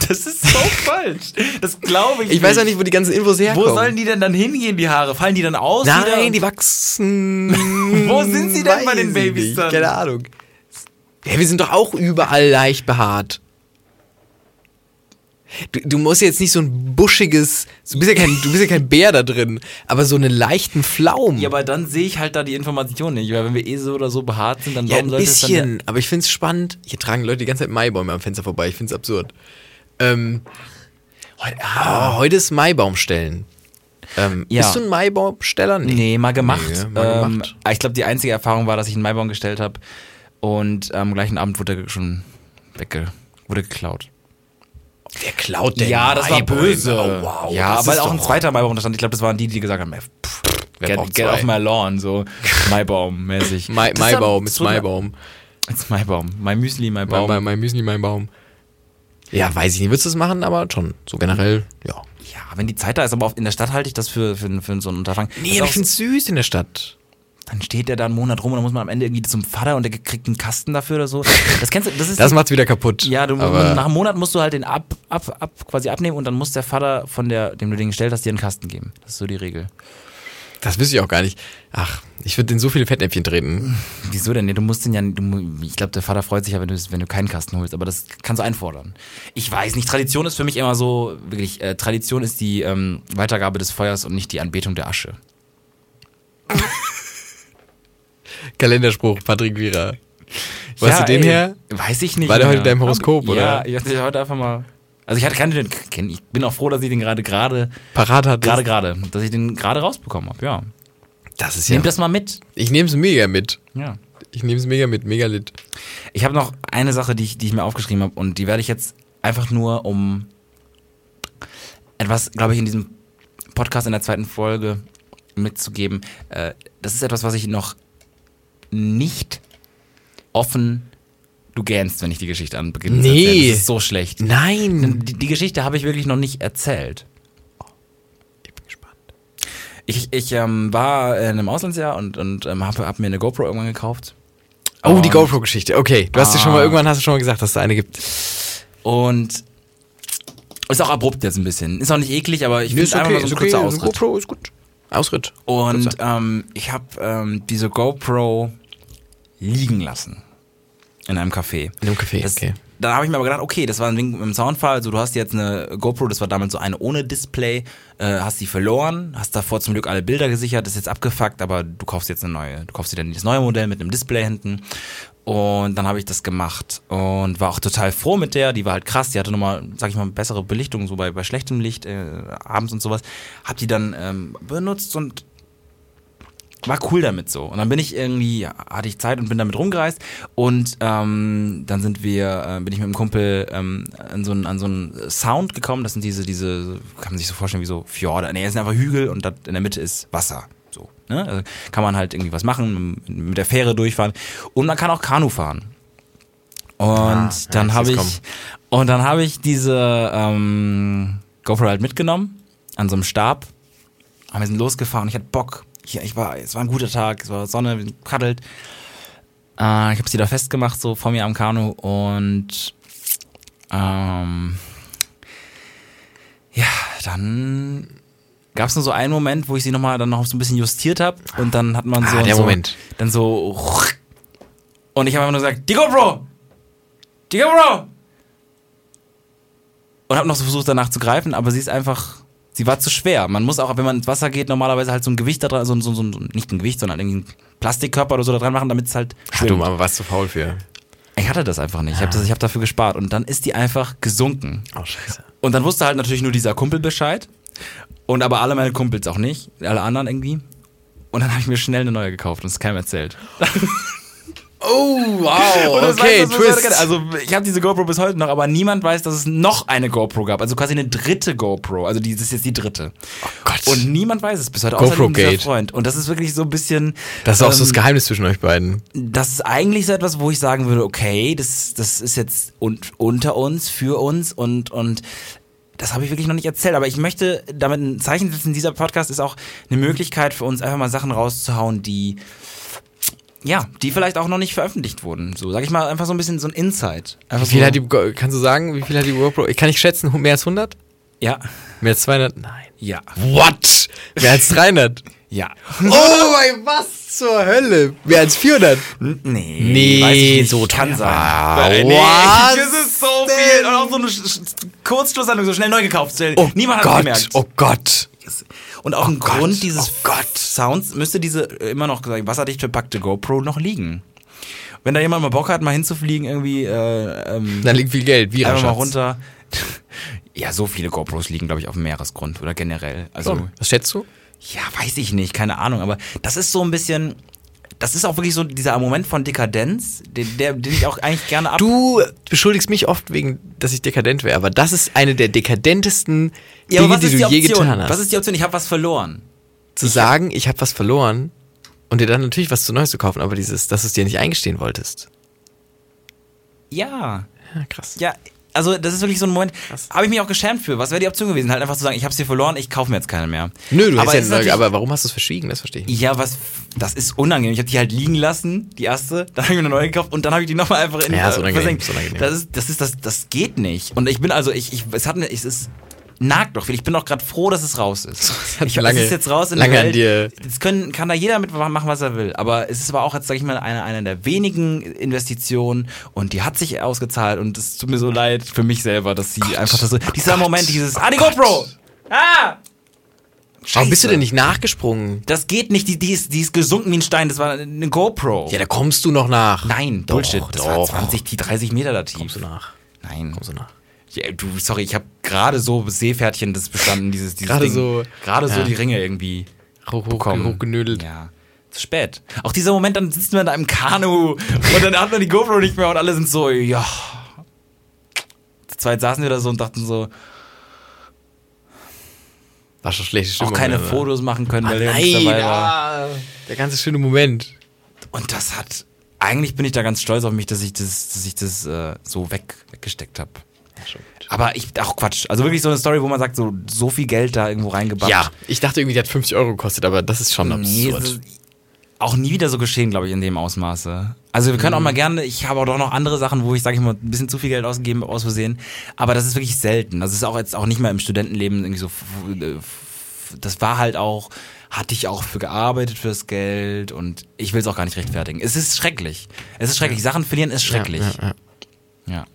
Speaker 3: Das ist so falsch. Das glaube ich
Speaker 2: Ich weiß auch nicht, wo die ganzen Infos herkommen.
Speaker 3: Wo sollen die denn dann hingehen, die Haare? Fallen die dann aus? wieder?
Speaker 2: Nein, die wachsen.
Speaker 3: Wo sind sie denn bei
Speaker 2: Weiß
Speaker 3: den
Speaker 2: ich
Speaker 3: Babys
Speaker 2: nicht.
Speaker 3: dann?
Speaker 2: Keine Ahnung. Ja, wir sind doch auch überall leicht behaart. Du, du musst jetzt nicht so ein buschiges, du bist ja kein, du bist ja kein Bär da drin, aber so einen leichten Flaum.
Speaker 3: Ja, aber dann sehe ich halt da die Information nicht, weil wenn wir eh so oder so behaart sind, dann
Speaker 2: Ja,
Speaker 3: warum
Speaker 2: ein
Speaker 3: sollte es dann...
Speaker 2: bisschen, aber ich find's spannend. Hier tragen Leute die ganze Zeit Maibäume am Fenster vorbei. Ich find's absurd. Ähm, heute, ah, heute ist Maibaumstellen. Ähm,
Speaker 3: Ja.
Speaker 2: Bist du ein Maibaumsteller?
Speaker 3: der- Nee, mal gemacht.
Speaker 2: Nee, mal
Speaker 3: ähm,
Speaker 2: gemacht.
Speaker 3: Ich glaube, die einzige Erfahrung war, dass ich einen Maibaum gestellt habe und am gleichen Abend wurde er schon wegge... wurde geklaut.
Speaker 2: Wer klaut denn? Maibaum? Oh, wow,
Speaker 3: ja,
Speaker 2: das
Speaker 3: aber
Speaker 2: ist
Speaker 3: auch ein
Speaker 2: doch-
Speaker 3: zweiter Maibaum da stand. Ich glaube, das waren die, die gesagt haben, ey, pff,
Speaker 2: Wer braucht
Speaker 3: get, get
Speaker 2: zwei?
Speaker 3: off my lawn, so Maibaum-mäßig.
Speaker 2: Mai,
Speaker 3: Das
Speaker 2: Maibaum
Speaker 3: das
Speaker 2: ist
Speaker 3: tut mir-
Speaker 2: Maibaum.
Speaker 3: Ist Maibaum. Mein Müsli,
Speaker 2: Baum.
Speaker 3: Maibaum.
Speaker 2: Mein, mein Müsli, mein Baum. Ja, weiß ich nicht. Würdest du das machen, aber schon. So generell, ja.
Speaker 3: Ja, wenn die Zeit da ist, aber auf- in der Stadt halte ich das für, für, für so ein Unterfangen. Das ist
Speaker 2: aber
Speaker 3: auch-
Speaker 2: find's süß in der Stadt.
Speaker 3: dann steht der da einen Monat rum und dann muss man am Ende irgendwie zum Vater und der kriegt einen Kasten dafür oder so. Das kennst du, das ist.
Speaker 2: Das macht's wieder kaputt.
Speaker 3: ja, du,
Speaker 2: aber,
Speaker 3: nach einem Monat musst du halt den ab, ab, ab quasi abnehmen und dann muss der Vater von der, dem du den gestellt hast, dir einen Kasten geben. Das ist so die Regel.
Speaker 2: Das wüsste ich auch gar nicht. Ach, ich würde in so viele Fettnäpfchen treten.
Speaker 3: Wieso denn? Nee, du musst den ja, du, mu- ich glaube, der Vater freut sich ja, wenn du, wenn du keinen Kasten holst, aber das kannst du einfordern. Ich weiß nicht, Tradition ist für mich immer so, wirklich, äh, Tradition ist die ähm, Weitergabe des Feuers und nicht die Anbetung der Asche.
Speaker 2: Kalenderspruch, Patrick Wierer. Weißt
Speaker 3: Ja,
Speaker 2: du den
Speaker 3: ey,
Speaker 2: her?
Speaker 3: Weiß ich nicht.
Speaker 2: War der
Speaker 3: mehr.
Speaker 2: heute in deinem Horoskop,
Speaker 3: ja,
Speaker 2: oder?
Speaker 3: ich hatte heute einfach mal. Also ich hatte keine, kenn- ich bin auch froh, dass ich den gerade gerade,
Speaker 2: Parat hat.
Speaker 3: gerade gerade, dass ich den gerade rausbekommen habe. Ja.
Speaker 2: Das ist ja.
Speaker 3: Nimm das mal mit.
Speaker 2: Ich nehme es mega mit.
Speaker 3: Ja.
Speaker 2: Ich nehme es mega mit, mega lit.
Speaker 3: Ich habe noch eine Sache, die ich, die ich mir aufgeschrieben habe und die werde ich jetzt einfach nur um etwas, glaube ich, in diesem Podcast in der zweiten Folge mitzugeben. Äh, das ist etwas, was ich noch nicht offen. Du gähnst, wenn ich die Geschichte anbeginne. zu
Speaker 2: Nee.
Speaker 3: erzählen. Das ist so schlecht.
Speaker 2: Nein.
Speaker 3: Die, die Geschichte habe ich wirklich noch nicht erzählt.
Speaker 2: Ich bin gespannt.
Speaker 3: Ich, ich ähm, war in einem Auslandsjahr und, und ähm, habe hab mir eine GoPro irgendwann gekauft.
Speaker 2: Oh, Ah. die
Speaker 3: Und-
Speaker 2: GoPro-Geschichte. Okay, du hast dir schon mal irgendwann hast du schon mal gesagt, dass es da eine gibt.
Speaker 3: Und Ist auch abrupt jetzt ein bisschen. Ist auch nicht eklig, aber ich
Speaker 2: Nee,
Speaker 3: finde
Speaker 2: ist
Speaker 3: einfach mal so ein kurzer
Speaker 2: Eine
Speaker 3: Ausritt.
Speaker 2: GoPro ist gut. Ausritt.
Speaker 3: Und
Speaker 2: Kurzer.
Speaker 3: ähm, ich habe ähm, diese GoPro liegen lassen. In einem Café.
Speaker 2: In einem Café,
Speaker 3: Das,
Speaker 2: okay.
Speaker 3: Dann habe ich mir aber gedacht, okay, das war ein Wink mit dem Soundfall. Also du hast jetzt eine GoPro, das war damals so eine ohne Display, äh, hast die verloren, hast davor zum Glück alle Bilder gesichert, ist jetzt abgefuckt, aber du kaufst jetzt eine neue. Du kaufst dir dann das neue Modell mit einem Display hinten. Und dann habe ich das gemacht und war auch total froh mit der. Die war halt krass, die hatte nochmal, sag ich mal, bessere Belichtung, so bei, bei schlechtem Licht, äh, abends und sowas. Hab die dann ähm, benutzt und war cool damit so. Und dann bin ich irgendwie, ja, hatte ich Zeit und bin damit rumgereist. Und ähm, dann sind wir, äh, bin ich mit einem Kumpel ähm, an, so einen, an so einen Sound gekommen. Das sind diese, diese, kann man sich so vorstellen, wie so Fjorde. Nee, es sind einfach Hügel und dat, in der Mitte ist Wasser. So. Ne? Also kann man halt irgendwie was machen, m- mit der Fähre durchfahren. Und man kann auch Kanu fahren. Und
Speaker 2: Ah,
Speaker 3: dann
Speaker 2: ja,
Speaker 3: habe
Speaker 2: jetzt
Speaker 3: ich, und dann habe ich diese ähm, GoPro halt mitgenommen an so einem Stab aber wir sind losgefahren, ich hatte Bock. Ich, ich war, es war ein guter Tag, es war Sonne, wir sind gekaddelt. Äh, ich habe sie da festgemacht, so vor mir am Kanu und ähm, ja, dann gab es nur so einen Moment, wo ich sie nochmal dann noch so ein bisschen justiert habe und dann hat man so,
Speaker 2: Ah, der
Speaker 3: so
Speaker 2: Moment.
Speaker 3: dann so und ich habe einfach nur gesagt, die GoPro! Die GoPro! und habe noch so versucht danach zu greifen, aber sie ist einfach, sie war zu schwer. Man muss auch, wenn man ins Wasser geht, normalerweise halt so ein Gewicht da dran, so, ein- so, ein- so ein- nicht ein Gewicht, sondern irgendwie einen Plastikkörper oder so da dran machen, damit es halt
Speaker 2: Ach, du,
Speaker 3: schwimmt.
Speaker 2: aber warst du faul für.
Speaker 3: Ich hatte das einfach nicht. Ich habe hab dafür gespart und dann ist die einfach gesunken.
Speaker 2: Oh, scheiße.
Speaker 3: Und dann wusste halt natürlich nur dieser Kumpel Bescheid. Und aber alle meine Kumpels auch nicht, alle anderen irgendwie. Und dann habe ich mir schnell eine neue gekauft und es keinem erzählt.
Speaker 2: Oh, wow.
Speaker 3: Das
Speaker 2: Okay,
Speaker 3: weiß, das weiß
Speaker 2: Twist.
Speaker 3: jeder. Also ich habe diese GoPro bis heute noch, aber niemand weiß, dass es noch eine GoPro gab. Also quasi eine dritte GoPro. Also die, das ist jetzt die dritte.
Speaker 2: Oh Gott.
Speaker 3: Und niemand weiß es bis heute,
Speaker 2: GoPro
Speaker 3: außer eben dieser
Speaker 2: Gate.
Speaker 3: Freund. Und das ist wirklich so ein bisschen.
Speaker 2: das ist auch so das
Speaker 3: ähm,
Speaker 2: Geheimnis zwischen euch beiden.
Speaker 3: das ist eigentlich so etwas, wo ich sagen würde, okay, das, das ist jetzt un unter uns, für uns und, und das habe ich wirklich noch nicht erzählt, aber ich möchte damit ein Zeichen setzen, dieser Podcast ist auch eine Möglichkeit für uns, einfach mal Sachen rauszuhauen, die ja, die vielleicht auch noch nicht veröffentlicht wurden. So, sag ich mal, einfach so ein bisschen so ein Insight. Einfach
Speaker 2: Wie viel
Speaker 3: so,
Speaker 2: hat die, Go- kannst du sagen, wie viel hat die GoPro? Kann ich schätzen, mehr als 100?
Speaker 3: Ja,
Speaker 2: Mehr als 200? Nein.
Speaker 3: ja,
Speaker 2: What? Mehr als 300?
Speaker 3: ja.
Speaker 2: oh mein, was zur Hölle? Mehr als 400?
Speaker 3: Nee,
Speaker 2: Nee,
Speaker 3: weiß ich nicht.
Speaker 2: so
Speaker 3: kann
Speaker 2: teuer.
Speaker 3: sein.
Speaker 2: Ah,
Speaker 3: Äh,
Speaker 2: was
Speaker 3: das ist so viel. Und auch so eine Sch- Sch- Kurzschlusshandlung, so schnell neu gekauft. Schnell.
Speaker 2: Oh
Speaker 3: Niemand
Speaker 2: Gott,
Speaker 3: hat gemerkt.
Speaker 2: oh Gott.
Speaker 3: Und auch ein
Speaker 2: Gott,
Speaker 3: Grund dieses
Speaker 2: oh Gott.
Speaker 3: Sounds müsste diese äh, immer noch gesagt, wasserdicht verpackte GoPro noch liegen. Wenn da jemand mal Bock hat, mal hinzufliegen, irgendwie äh, ähm,
Speaker 2: Da liegt viel Geld. Wie
Speaker 3: einfach mal
Speaker 2: Raschatz.
Speaker 3: runter. Ja, so viele GoPros liegen, glaube ich, auf dem Meeresgrund oder generell. Also,
Speaker 2: So, was schätzt du?
Speaker 3: ja, weiß ich nicht, keine Ahnung, aber das ist so ein bisschen. Das ist auch wirklich so dieser Moment von Dekadenz, den, der, den ich auch eigentlich gerne ab.
Speaker 2: Du beschuldigst mich oft wegen, dass ich dekadent wäre, aber das ist eine der dekadentesten
Speaker 3: ja, aber
Speaker 2: Dinge,
Speaker 3: was
Speaker 2: die
Speaker 3: ist
Speaker 2: du
Speaker 3: die
Speaker 2: je
Speaker 3: Option?
Speaker 2: getan hast.
Speaker 3: Was ist die Option? Ich habe was verloren.
Speaker 2: zu sagen, ich habe was verloren und dir dann natürlich was zu Neues zu kaufen, aber dieses, dass du es dir nicht eingestehen wolltest.
Speaker 3: Ja.
Speaker 2: Ja, krass.
Speaker 3: Ja, also das ist wirklich so ein Moment, habe ich mich auch geschämt für. Was wäre die Option gewesen? Halt einfach zu sagen, ich habe sie verloren, ich kaufe mir jetzt keine mehr.
Speaker 2: Nö, du
Speaker 3: aber
Speaker 2: hast ja
Speaker 3: es
Speaker 2: eine
Speaker 3: ist
Speaker 2: neue,
Speaker 3: natürlich-
Speaker 2: aber warum hast du es verschwiegen? Das verstehe ich nicht.
Speaker 3: Ja, was, das ist unangenehm. Ich habe die halt liegen lassen, die erste, dann habe ich mir eine neue gekauft und dann habe ich die nochmal einfach in
Speaker 2: Ja, ist
Speaker 3: äh,
Speaker 2: unangenehm,
Speaker 3: versenkt.
Speaker 2: ist unangenehm.
Speaker 3: Das ist, das ist, das, das geht nicht. Und ich bin also, ich, ich, es hat, mir- es ist, nagt doch viel. Ich bin auch gerade froh, dass es raus ist.
Speaker 2: hat
Speaker 3: Ich,
Speaker 2: lange-
Speaker 3: es ist jetzt raus in
Speaker 2: lange
Speaker 3: der
Speaker 2: an
Speaker 3: Welt.
Speaker 2: dir-
Speaker 3: Jetzt können, kann da jeder mitmachen, machen, was er will. Aber es ist aber auch jetzt, sag ich mal, eine, eine der wenigen Investitionen und die hat sich ausgezahlt und es tut mir so leid für mich selber, dass sie einfach das so, dieser Moment, dieses, ah, die GoPro! Ah!
Speaker 2: Oh Warum bist du
Speaker 3: Scheiße.
Speaker 2: denn nicht nachgesprungen?
Speaker 3: Das geht nicht, die, die, ist, die ist gesunken wie ein Stein, das war eine GoPro.
Speaker 2: Ja, da kommst du noch nach.
Speaker 3: Nein, Bullshit,
Speaker 2: Doch,
Speaker 3: das
Speaker 2: doch.
Speaker 3: war 20, die 30 Meter da tief.
Speaker 2: Kommst du nach.
Speaker 3: Nein.
Speaker 2: Kommst du nach.
Speaker 3: Ja, du, sorry, ich habe gerade so Seepferdchen das bestanden, dieses, dieses
Speaker 2: Gerade
Speaker 3: Ding.
Speaker 2: so,
Speaker 3: Gerade so
Speaker 2: ja.
Speaker 3: die Ringe irgendwie
Speaker 2: Hoch, hoch,
Speaker 3: bekommen.
Speaker 2: hochgenödelt.
Speaker 3: Ja. Zu spät. Auch dieser Moment, dann sitzen wir in einem Kanu und dann hat man die GoPro nicht mehr und alle sind so, ja. Zu zweit saßen wir da so und dachten so,
Speaker 2: War schon schlechte Stimmung.
Speaker 3: auch keine
Speaker 2: oder?
Speaker 3: Fotos machen können, weil der nicht
Speaker 2: Ah, Nein,
Speaker 3: dabei war.
Speaker 2: ah, der ganze schöne Moment.
Speaker 3: Und das hat. Eigentlich bin ich da ganz stolz auf mich, dass ich das, dass ich das äh, so weg, weggesteckt habe. Aber ich, auch Quatsch. Also wirklich so eine Story, wo man sagt, so, so viel Geld da irgendwo reingebaut.
Speaker 2: Ja, ich dachte irgendwie, der hat 50 Euro gekostet, aber das ist schon
Speaker 3: Nee,
Speaker 2: absurd.
Speaker 3: es ist- auch nie wieder so geschehen, glaube ich, in dem Ausmaße. Also wir können
Speaker 2: Mhm.
Speaker 3: auch mal gerne, ich habe auch doch noch andere Sachen, wo ich, sage ich mal, ein bisschen zu viel Geld ausgegeben habe, aus Versehen. Aber das ist wirklich selten. Das ist auch jetzt auch nicht mehr im Studentenleben irgendwie so. f- f- Das war halt auch, hatte ich auch für gearbeitet fürs Geld und ich will es auch gar nicht rechtfertigen. Es ist schrecklich. Es ist schrecklich. Sachen verlieren ist schrecklich.
Speaker 2: Ja, ja, ja.
Speaker 3: ja.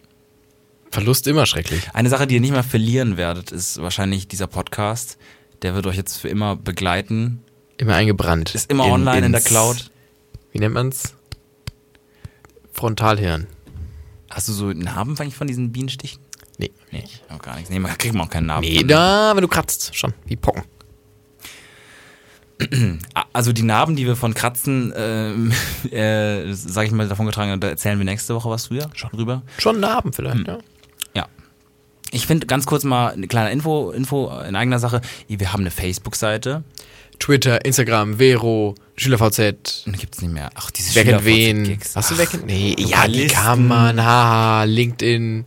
Speaker 2: Verlust immer schrecklich.
Speaker 3: Eine Sache, die ihr nicht mehr verlieren werdet, ist wahrscheinlich dieser Podcast. Der wird euch jetzt für immer begleiten.
Speaker 2: Immer eingebrannt.
Speaker 3: Ist immer online in der
Speaker 2: ins-
Speaker 3: Cloud.
Speaker 2: Wie nennt man's? Frontalhirn.
Speaker 3: Hast du so Narben eigentlich von diesen Bienenstichen?
Speaker 2: Nee.
Speaker 3: Nee, auch gar nichts. Nee, man kriegt man auch keinen Narben.
Speaker 2: Nee, da, wenn du kratzt, schon. Wie Pocken.
Speaker 3: A- Also die Narben, die wir von Kratzen, ähm, äh, sag ich mal, davon getragen haben, da erzählen wir nächste Woche was drüber. Schon drüber.
Speaker 2: Schon Narben vielleicht,
Speaker 3: Hm.
Speaker 2: ja.
Speaker 3: Ja. Ich finde ganz kurz mal eine kleine Info, Info in eigener Sache. Wir haben eine Facebook-Seite.
Speaker 2: Twitter, Instagram, Vero, SchülerVZ.
Speaker 3: Und Gibt's nicht mehr. Ach, diese
Speaker 2: Wer kennt wen?
Speaker 3: Schüler-VZ-Gigs.
Speaker 2: Hast du
Speaker 3: Ach,
Speaker 2: wer kennt? Nee, ja, die
Speaker 3: Lokalisten.
Speaker 2: kann man. Haha, LinkedIn.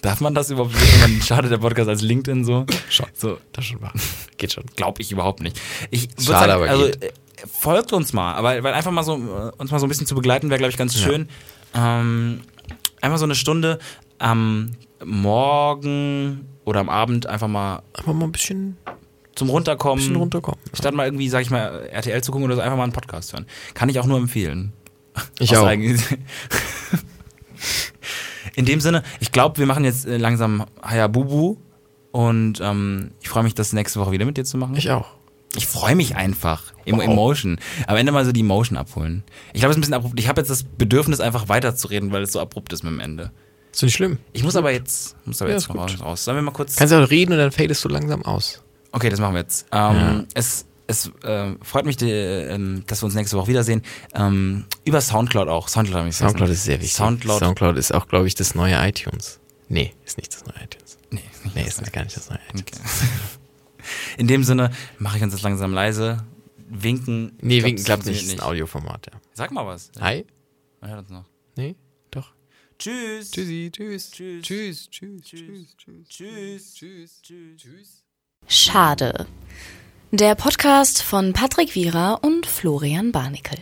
Speaker 3: Darf man das überhaupt? Man schadet der Podcast als LinkedIn so.
Speaker 2: Schon.
Speaker 3: So,
Speaker 2: Das schon wahr. Geht schon.
Speaker 3: glaube ich überhaupt nicht. Ich würd
Speaker 2: Schade,
Speaker 3: sagen,
Speaker 2: aber
Speaker 3: also
Speaker 2: geht.
Speaker 3: äh, folgt uns mal, aber weil einfach mal so äh, uns mal so ein bisschen zu begleiten wäre, glaube ich, ganz schön. Ähm, einfach so eine Stunde am Morgen oder am Abend einfach mal
Speaker 2: Aber mal ein bisschen,
Speaker 3: zum runterkommen.
Speaker 2: bisschen runterkommen.
Speaker 3: Statt mal irgendwie, sag ich mal, RTL zu gucken oder so, einfach mal einen Podcast hören. Kann ich auch nur empfehlen.
Speaker 2: Ich
Speaker 3: Aus
Speaker 2: auch.
Speaker 3: eigenem- In dem Sinne, ich glaube, wir machen jetzt äh, langsam Hayabubu und ähm, ich freue mich, das nächste Woche wieder mit dir zu machen.
Speaker 2: Ich auch.
Speaker 3: Ich freue mich einfach. Im
Speaker 2: Wow.
Speaker 3: Emotion. Am Ende mal so die Emotion abholen. Ich glaube, es ist ein bisschen abrupt. Ich habe jetzt das Bedürfnis, einfach weiterzureden, weil es so abrupt ist mit dem Ende.
Speaker 2: Ist doch nicht schlimm.
Speaker 3: Ich muss aber jetzt, muss aber
Speaker 2: Ja,
Speaker 3: jetzt
Speaker 2: ist
Speaker 3: noch
Speaker 2: gut.
Speaker 3: raus- raus. Sollen wir mal kurz.
Speaker 2: Kannst auch reden und dann fadest du langsam aus.
Speaker 3: Okay, das machen wir jetzt. Ähm, Es, es äh, freut mich, die, äh, ähm, dass wir uns nächste Woche wiedersehen. Ähm, über Soundcloud auch. Soundcloud habe ich vergessen.
Speaker 2: Soundcloud ist sehr wichtig.
Speaker 3: Soundcloud.
Speaker 2: Soundcloud ist auch, glaube ich, das neue iTunes. Nee, ist nicht das neue iTunes.
Speaker 3: nee,
Speaker 2: Nee, ist nicht, gar nicht das neue iTunes.
Speaker 3: okay. In dem Sinne mache ich uns jetzt langsam leise. Winken.
Speaker 2: Nee,
Speaker 3: Ich glaub,
Speaker 2: winken
Speaker 3: das
Speaker 2: klappt nicht. Ist
Speaker 3: funktioniert
Speaker 2: ein Audioformat, ja.
Speaker 3: Sag mal was.
Speaker 2: Hi?
Speaker 3: Man hört uns noch.
Speaker 2: Nee? Doch.
Speaker 3: Tschüss.
Speaker 2: Tschüssi, tschüss.
Speaker 3: Tschüss.
Speaker 2: Tschüss, tschüss, tschüss,
Speaker 3: Tschüss.
Speaker 2: tschüss.
Speaker 3: Tschüss.
Speaker 2: Tschüss. Tschüss.
Speaker 1: Schade. Der Podcast von Patrick Wierer und Florian Barnikel.